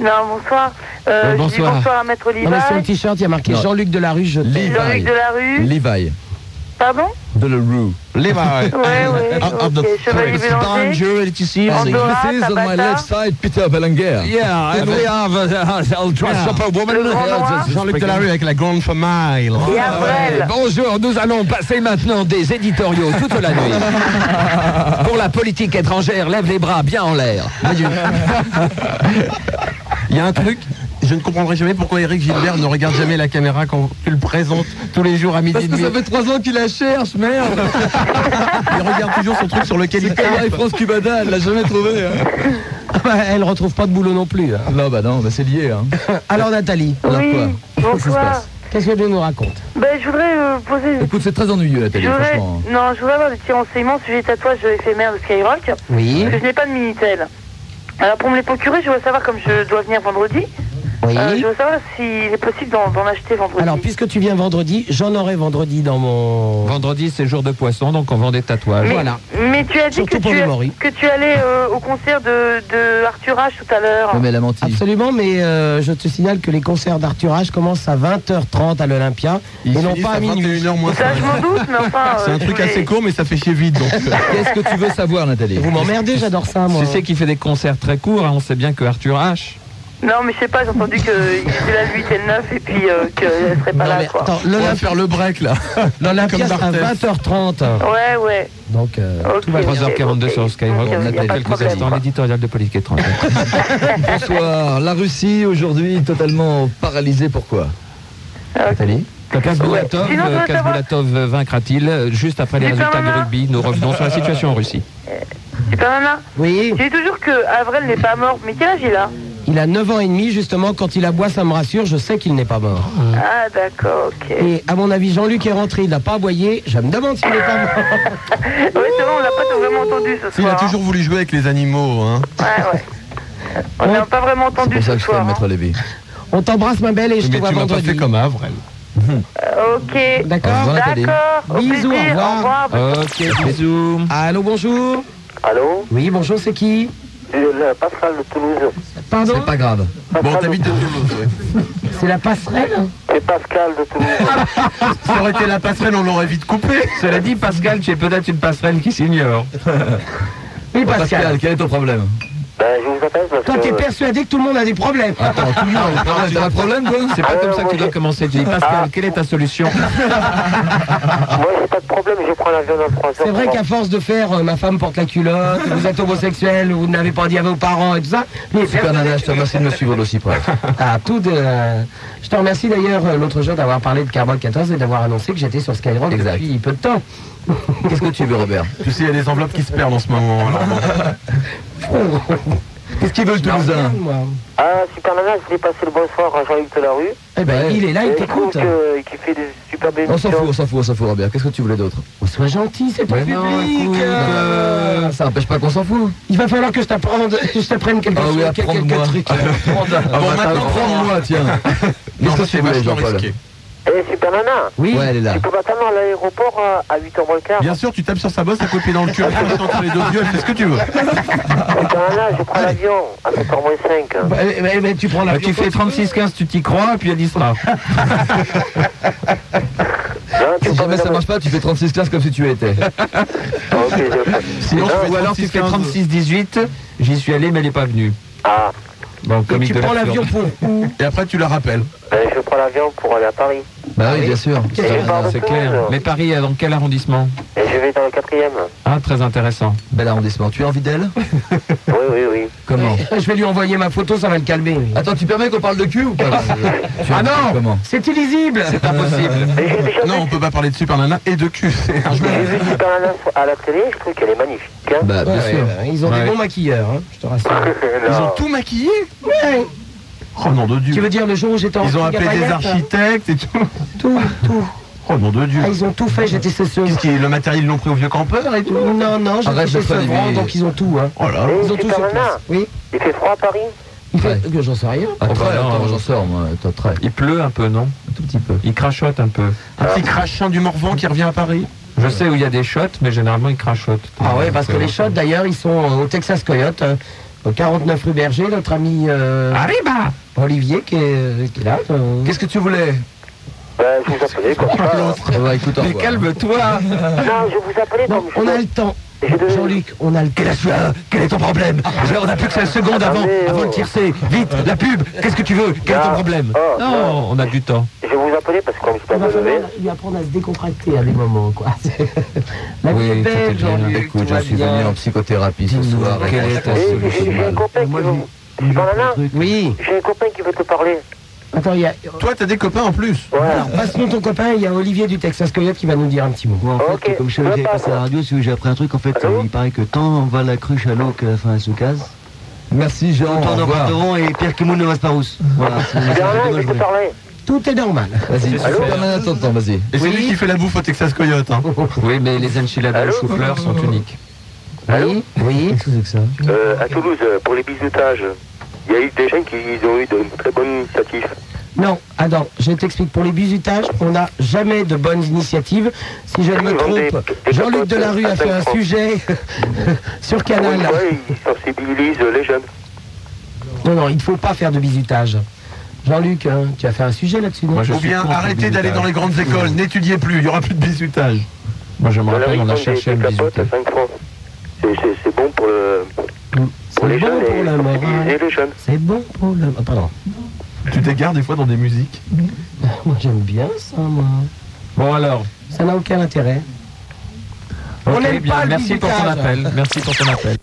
Speaker 8: Non, bonsoir. Euh,
Speaker 2: Bon,
Speaker 8: je dis
Speaker 2: bonsoir.
Speaker 8: bonsoir à Maître
Speaker 4: Non, mais sur le
Speaker 8: Olivaille,
Speaker 4: t-shirt, il y a marqué
Speaker 7: Non.
Speaker 4: Jean-Luc Delarue, je t'aime.
Speaker 8: Jean-Luc de la rue.
Speaker 7: Levi,
Speaker 8: Pardon
Speaker 7: de la rue.
Speaker 3: Les marais.
Speaker 8: Ouais,
Speaker 4: Ah,
Speaker 8: ouais. Ok, Chevalier Bélanger.
Speaker 2: electricity.
Speaker 8: Andorra,
Speaker 7: This is on my
Speaker 8: Tabata.
Speaker 7: left side, Peter Belenguer. Ah.
Speaker 2: Yeah, and we have uh, I'll dress up a woman.
Speaker 8: Le grand noir.
Speaker 3: Jean-Luc Delarue avec la grande famille.
Speaker 4: Ah,
Speaker 8: Et Avrel.
Speaker 2: Bonjour, nous allons passer maintenant des éditoriaux toute la nuit. Pour la politique étrangère, lève les bras bien en l'air.
Speaker 3: Il y a un truc, je ne comprendrai jamais pourquoi Eric Gilbert ne regarde jamais la caméra quand tu le présentes tous les jours à midi
Speaker 10: Parce
Speaker 3: et
Speaker 10: que
Speaker 3: demi.
Speaker 10: ça fait trois ans qu'il la cherche, merde
Speaker 3: Il regarde toujours son truc sur lequel il
Speaker 10: C'est comme avec France Cubada, elle l'a jamais trouvé. hein.
Speaker 9: Elle retrouve pas de boulot non plus. hein.
Speaker 7: Non, bah non, bah c'est lié. Hein.
Speaker 9: Alors Nathalie,
Speaker 7: Alors
Speaker 8: Oui,
Speaker 7: quoi Qu'est-ce qui se
Speaker 8: bonsoir.
Speaker 7: passe
Speaker 9: qu'est-ce que tu nous racontes
Speaker 8: Ben, je voudrais euh, poser une
Speaker 7: Écoute, c'est très ennuyeux la télé,
Speaker 8: Je voudrais-
Speaker 7: franchement.
Speaker 8: Non, je voudrais avoir des petits renseignements sur les tatouages éphémères de Skyrock, parce
Speaker 9: Oui,
Speaker 8: que je n'ai pas de Minitel. Alors pour me les procurer, je veux savoir, comme je dois venir vendredi,
Speaker 9: oui.
Speaker 8: euh, je veux savoir s'il est possible d'en d'en acheter vendredi.
Speaker 9: Alors puisque tu viens vendredi, j'en aurai vendredi dans mon.
Speaker 2: Vendredi, c'est jour de poisson, donc on vend des tatouages.
Speaker 8: mais,
Speaker 9: voilà.
Speaker 8: mais tu as dit
Speaker 9: Surtout
Speaker 8: que
Speaker 9: pour
Speaker 8: tu,
Speaker 9: les
Speaker 8: as-
Speaker 9: Maoris.
Speaker 8: que tu allais euh, au concert de, de Arthur H tout à l'heure.
Speaker 7: Non, mais elle a menti.
Speaker 9: Absolument, mais euh, je te signale que les concerts d'Arthur H commencent à 20h30 à l'Olympia
Speaker 3: Ils
Speaker 9: et non
Speaker 3: finissent
Speaker 9: pas à minuit.
Speaker 3: 21 heures moins
Speaker 8: Ça,
Speaker 3: cinq.
Speaker 8: je m'en doute, mais enfin...
Speaker 3: C'est
Speaker 8: euh,
Speaker 3: un
Speaker 8: je
Speaker 3: truc
Speaker 8: voulais-
Speaker 3: assez court, mais ça fait chier vite. Donc,
Speaker 7: Qu'est-ce que tu veux savoir, Nathalie
Speaker 9: Vous m'emmerdez, j'adore ça, moi.
Speaker 2: Tu sais qu'il fait des concerts très courts, hein, on sait bien que Arthur H.
Speaker 8: Non, mais je sais pas, j'ai entendu qu'il était là le 8 et le 9, et puis euh, qu'elle serait pas
Speaker 9: Non,
Speaker 8: là,
Speaker 9: mais
Speaker 8: quoi.
Speaker 9: attends,
Speaker 3: on va
Speaker 9: l'Olymp-
Speaker 3: faire le break là.
Speaker 9: l'Olympia
Speaker 3: comme
Speaker 9: c'est à
Speaker 3: Barthes.
Speaker 9: 20h30.
Speaker 8: Ouais, ouais,
Speaker 9: Donc, euh,
Speaker 8: ok.
Speaker 9: tout va bien.
Speaker 2: 3h42
Speaker 8: ok.
Speaker 2: sur Skyrock,
Speaker 8: Ok,
Speaker 2: on
Speaker 8: y a
Speaker 2: attend
Speaker 8: pas de
Speaker 2: quelques
Speaker 8: problème.
Speaker 2: instants l'éditorial de politique étrangère.
Speaker 7: Bonsoir. La Russie, aujourd'hui, totalement paralysée. Pourquoi
Speaker 8: Ok.
Speaker 7: Nathalie
Speaker 2: Kazboulatov,
Speaker 8: Sinon, je veux savoir-
Speaker 2: Kazboulatov vaincra-t-il Euh, Juste après les
Speaker 8: Super
Speaker 2: résultats du
Speaker 8: Nana.
Speaker 2: rugby, nous revenons sur la situation en Russie.
Speaker 8: Super, Nana
Speaker 9: Oui,
Speaker 8: Tu dis toujours que Avril n'est pas mort, mais quel âge il a
Speaker 9: il a 9 ans et demi, justement, quand il aboie, ça me rassure, je sais qu'il n'est pas mort.
Speaker 8: Ah d'accord, ok. Oui,
Speaker 9: Et à mon avis, Jean-Luc est rentré, il n'a pas aboyé, je me demande s'il n'est pas mort.
Speaker 8: c'est vrai, on l'a pas vraiment entendu ce
Speaker 3: Il a
Speaker 8: soir.
Speaker 3: toujours voulu jouer avec les animaux. Hein.
Speaker 8: hein. Ouais, ouais. On
Speaker 9: Ouais.
Speaker 8: n'a pas vraiment
Speaker 7: C'est
Speaker 8: entendu
Speaker 7: pour ça
Speaker 8: ce
Speaker 7: que je t'aime,
Speaker 8: soir.
Speaker 7: Maître Lévy.
Speaker 9: On t'embrasse, ma belle, et je
Speaker 3: Mais
Speaker 9: te vois
Speaker 3: tu m'as pas
Speaker 9: vendredi.
Speaker 3: fait comme Avrel.
Speaker 8: hein. Ok.
Speaker 7: Au
Speaker 9: D'accord
Speaker 7: revoir, Nathalie.
Speaker 8: D'accord. Au
Speaker 9: Bisous, au
Speaker 8: plaisir.
Speaker 9: revoir.
Speaker 4: Euh.
Speaker 2: Ok, bisous.
Speaker 9: Allô, bonjour
Speaker 1: Allô
Speaker 9: Oui, bonjour, c'est qui
Speaker 1: Le Pascal de Toulouse.
Speaker 9: Pardon
Speaker 7: C'est pas grave.
Speaker 3: Bon, t'habites à Toulouse, ouais.
Speaker 9: C'est la passerelle
Speaker 1: C'est Pascal de
Speaker 9: Ah.
Speaker 1: Toulouse.
Speaker 3: Ça aurait été la passerelle, on l'aurait vite coupé.
Speaker 2: Cela dit, Pascal, tu es peut-être une passerelle qui s'ignore.
Speaker 9: Oui,
Speaker 7: Pascal.
Speaker 9: Pascal.
Speaker 7: quel est ton problème
Speaker 1: Ben, je vous appelle parce
Speaker 9: Toi, t'es persuadé que tout le monde a des problèmes. Ah
Speaker 7: Attends, tout le monde a un problème. T'as un problème, toi
Speaker 2: C'est pas comme ça que tu dois commencer. Tu dis, Pascal, quelle est ta solution
Speaker 1: moi, j'ai pas de problème, je prends l'avion dans 3 heures.
Speaker 9: C'est vrai
Speaker 1: pour
Speaker 9: qu'à force de faire euh, ma femme porte la culotte, vous êtes homosexuel, vous n'avez pas dit à vos parents et tout ça. Mais
Speaker 7: Super Nana, je te remercie de me suivre d'aussi près.
Speaker 9: à tout de- euh, Je te remercie d'ailleurs euh, l'autre jour d'avoir parlé de Carbone 14 et d'avoir annoncé que j'étais sur Skyrock
Speaker 7: Exact.
Speaker 9: depuis peu de temps.
Speaker 7: Qu'est-ce que tu veux, Robert
Speaker 3: Tu sais, il y a des enveloppes qui se perdent en ce moment. alors bon.
Speaker 7: Qu'est-ce qu'ils veulent, Toulousain
Speaker 9: Moi.
Speaker 1: Ah, super nana, je voulais passer le bonsoir à Jean-Luc Delarue.
Speaker 9: Eh ben, il est là, il
Speaker 1: Et je trouve
Speaker 9: t'écoute.
Speaker 1: que- Qui fait des superbes
Speaker 7: On s'en fout,
Speaker 1: émissions.
Speaker 7: on s'en fout, on s'en fout, Robert. Qu'est-ce que tu voulais d'autre
Speaker 9: Oh, Sois gentil, c'est ton
Speaker 7: Mais
Speaker 9: public.
Speaker 7: Bah non, écoute,
Speaker 9: euh.
Speaker 7: euh, ça empêche pas qu'on s'en fout.
Speaker 9: Il va falloir que je t'apprenne, je t'apprenne quelque
Speaker 7: Ah
Speaker 9: chose,
Speaker 7: oui,
Speaker 9: quel- euh, quelques,
Speaker 7: apprends-moi.
Speaker 9: trucs.
Speaker 3: Ah, bah,
Speaker 7: maintenant,
Speaker 3: attends.
Speaker 7: prends-moi, tiens.
Speaker 3: Non,
Speaker 7: Qu'est-ce
Speaker 3: ça,
Speaker 7: que tu
Speaker 3: c'est
Speaker 7: voulais,
Speaker 3: vachement
Speaker 7: Jean-Paul
Speaker 3: risqué.
Speaker 1: Eh, super nana,
Speaker 9: Oui. Bah,
Speaker 7: Ouais, elle est là.
Speaker 1: tu peux m'attendre à l'aéroport euh, à 8h moins le quart.
Speaker 3: Bien sûr, tu tapes sur sa bosse, à côté dans le cul, elle prend entre les deux yeux, elle fait ce que tu veux.
Speaker 1: Super nana, je prends l'avion à 7h moins 5.
Speaker 9: Bah, eh ben, eh ben, tu prends
Speaker 7: Bah,
Speaker 9: la.
Speaker 2: Tu fais 36-15, tu t'y crois, puis elle dit ça.
Speaker 1: Non, tu
Speaker 7: Si
Speaker 1: peux
Speaker 7: jamais
Speaker 1: pas
Speaker 7: ça marche pas, tu fais 36 classes comme si tu étais.
Speaker 1: Ah, ok, je fais.
Speaker 2: Sinon, ou alors tu fais 36-18, j'y suis allé, mais elle n'est pas venue.
Speaker 1: Ah,
Speaker 2: Bon,
Speaker 9: Et
Speaker 2: comique
Speaker 9: tu
Speaker 2: de
Speaker 9: prends l'avion pour où
Speaker 3: Et après, tu la rappelles.
Speaker 1: ben, je prends l'avion pour aller à Paris.
Speaker 7: Bah oui, bien sûr.
Speaker 1: Et
Speaker 9: Eh,
Speaker 1: je pars de
Speaker 2: C'est
Speaker 1: Toulouse.
Speaker 2: clair. Mais Paris, euh, dans quel arrondissement
Speaker 1: Et je vais dans le quatrième.
Speaker 2: Ah, très intéressant.
Speaker 7: Bel arrondissement. Tu as envie d'elle
Speaker 1: Oui, oui, oui.
Speaker 7: Comment
Speaker 9: Euh, Je vais lui envoyer ma photo, ça va le calmer. lui.
Speaker 7: Attends, tu permets qu'on parle de cul ou pas Ah non Comment
Speaker 9: C'est illisible
Speaker 2: Impossible.
Speaker 1: Mais j'ai déjà
Speaker 3: Non, on
Speaker 1: vu,
Speaker 3: peut pas parler de super nana et de cul. c'est un jeu.
Speaker 1: j'ai vu super nana à la télé, je trouve qu'elle est magnifique. Hein.
Speaker 7: Bah, bien
Speaker 9: Ouais,
Speaker 7: sûr.
Speaker 9: ouais, ouais, euh, ils ont
Speaker 2: Ouais.
Speaker 9: des bons maquilleurs, hein, je te rassure.
Speaker 3: Ils
Speaker 1: Non.
Speaker 3: ont tout maquillé Oh nom de
Speaker 9: Tu
Speaker 3: Dieu.
Speaker 9: veux dire le jour où j'étais en
Speaker 3: Ils ont
Speaker 9: fringue à
Speaker 3: appelé des
Speaker 9: paillettes, là
Speaker 3: architectes et tout.
Speaker 9: Tout, tout.
Speaker 3: Oh nom de Dieu.
Speaker 9: Ah, ils ont tout fait, j'étais cesseuse.
Speaker 3: Qu'est-ce qui est- Le matériel, ils l'ont pris au vieux campeur et tout.
Speaker 9: Non, non, j'étais
Speaker 7: Arrête de faire
Speaker 9: Sevran,
Speaker 7: des-
Speaker 9: donc ils ont tout. Hein.
Speaker 3: Oh là là.
Speaker 1: Eh,
Speaker 9: Ils ont tout
Speaker 1: super
Speaker 9: sur
Speaker 1: nana,
Speaker 9: place. Oui.
Speaker 1: il fait froid à Paris
Speaker 9: Il fait... que J'en sais rien.
Speaker 7: Ah,
Speaker 2: Oh,
Speaker 7: très,
Speaker 2: bah non,
Speaker 7: attends,
Speaker 2: euh,
Speaker 7: j'en sors, moi. Toi, très.
Speaker 2: Il pleut un peu, non
Speaker 7: Un tout petit peu.
Speaker 2: Il crachote un peu.
Speaker 3: Un petit crachin du Morvan qui revient à Paris.
Speaker 2: Je sais où il y a des shots, mais généralement, il crachote.
Speaker 9: Ah ouais, parce que les shots, d'ailleurs, ils sont euh, au Texas Coyote, euh, au 49 rue Berger, notre ami euh,
Speaker 2: Arriba
Speaker 9: Olivier qui est, qui est là. euh,
Speaker 7: Qu'est-ce que tu voulais
Speaker 1: Ben, je vous appelais comme ça. hein.
Speaker 7: Ah bah, écoute, au
Speaker 2: Mais
Speaker 7: revoir.
Speaker 2: calme-toi
Speaker 1: Non, je vous appelais
Speaker 9: Non,
Speaker 1: comme je
Speaker 9: on a le temps.
Speaker 1: Je devais-
Speaker 9: Jean-Luc, on a le temps.
Speaker 7: Quel est ton problème On n'a plus que 16 secondes
Speaker 1: avant- Attendez, avant oh. le
Speaker 7: tiercé. Vite, la pub Qu'est-ce que tu veux Quel
Speaker 1: est ton problème Oh,
Speaker 2: Non, on a du temps.
Speaker 1: Je vous appelais parce que comme je
Speaker 9: Il
Speaker 1: t'avais
Speaker 9: va
Speaker 1: levé,
Speaker 9: falloir lui apprendre à se décontracter à des moments, quoi. La vie est
Speaker 7: Oui,
Speaker 9: belle,
Speaker 7: c'était bien.
Speaker 9: Jean-Luc,
Speaker 7: Écoute,
Speaker 9: tout
Speaker 7: je
Speaker 9: va
Speaker 7: suis
Speaker 9: bien.
Speaker 7: venu en psychothérapie ce soir.
Speaker 2: Quelle est ta
Speaker 1: et j'ai-
Speaker 2: solution
Speaker 1: j'ai un copain qui
Speaker 9: Moi,
Speaker 1: veut, Banana,
Speaker 4: Oui.
Speaker 1: j'ai un copain qui veut te parler.
Speaker 9: Attends, il y a.
Speaker 3: Toi, t'as des copains en plus.
Speaker 1: Voilà.
Speaker 9: Alors, passe-nous ton copain, il y a Olivier du Texas Coyote qui va nous dire un petit mot.
Speaker 11: Moi, en
Speaker 1: Ok,
Speaker 11: fait, comme je te le
Speaker 1: je
Speaker 11: disais
Speaker 1: passe.
Speaker 11: passé à la radio, si vous- j'ai appris un truc, en fait,
Speaker 1: Allô
Speaker 11: euh, il paraît que tant on va la cruche à l'eau que la fin elle se casse,
Speaker 6: Merci
Speaker 11: tant
Speaker 6: Jean.
Speaker 11: on tourne en rond et Pierre Kimoun ne passe pas rousse. Voilà, c'est c'est un
Speaker 1: Banana,
Speaker 11: peu
Speaker 1: il veut te
Speaker 11: dangereux.
Speaker 1: parler.
Speaker 9: Tout est normal.
Speaker 6: Vas-y,
Speaker 1: Allô
Speaker 6: Superman, attends, attends, vas-y.
Speaker 3: Et c'est
Speaker 9: Oui.
Speaker 3: lui qui fait la bouffe au Texas Coyote. Hein.
Speaker 2: Oui, mais les enchiladas
Speaker 1: Allô
Speaker 2: au chou-fleur sont uniques.
Speaker 9: Oui, oui.
Speaker 7: Qu'est-ce que c'est que ça
Speaker 1: Euh, à Toulouse, euh, pour les bisoutages, il y a eu des gens qui ils ont eu de très bonnes initiatives.
Speaker 9: Non, attends, je t'explique. Pour les bisutages, on n'a jamais de bonnes initiatives. Si je ne me
Speaker 1: Ils vendent des-
Speaker 9: trompe,
Speaker 1: des
Speaker 9: Jean-Luc
Speaker 1: capotes
Speaker 9: Delarue
Speaker 1: à
Speaker 9: a fait un
Speaker 1: 5
Speaker 9: sujet sur
Speaker 1: Pour
Speaker 9: Canal.
Speaker 1: une fois, ils sensibilisent les jeunes.
Speaker 9: Non, non, il ne faut pas faire de bisutage. Jean-Luc, hein, tu as fait un sujet là-dessus, non
Speaker 2: Moi, je
Speaker 3: Ou
Speaker 2: suis
Speaker 3: bien
Speaker 2: contre le
Speaker 3: arrêtez d'aller
Speaker 2: bisutage.
Speaker 3: dans les grandes écoles, n'étudiez plus, il y aura plus de bisutage.
Speaker 2: Moi, je me
Speaker 1: Dans la
Speaker 2: rappelle,
Speaker 1: rue,
Speaker 2: on a
Speaker 1: ils vendent
Speaker 2: cherché à
Speaker 1: des,
Speaker 2: me
Speaker 1: des capotes
Speaker 2: bisuter.
Speaker 1: à 5 francs. C'est- C'est c'est bon pour, le,
Speaker 9: C'est
Speaker 1: pour les
Speaker 9: bon
Speaker 1: jeunes
Speaker 9: pour
Speaker 1: et
Speaker 9: la hein.
Speaker 1: sensibiliser
Speaker 9: morale.
Speaker 1: les jeunes.
Speaker 9: C'est bon pour la... Ah, pardon.
Speaker 3: Tu t'égares des fois dans des musiques.
Speaker 9: Moi, j'aime bien ça, moi.
Speaker 2: Bon, alors.
Speaker 9: Ça n'a aucun intérêt. On
Speaker 2: ok,
Speaker 9: n'aime
Speaker 2: bien,
Speaker 9: pas le
Speaker 2: Merci pour ton
Speaker 9: bisutage.
Speaker 2: appel. Merci pour ton appel.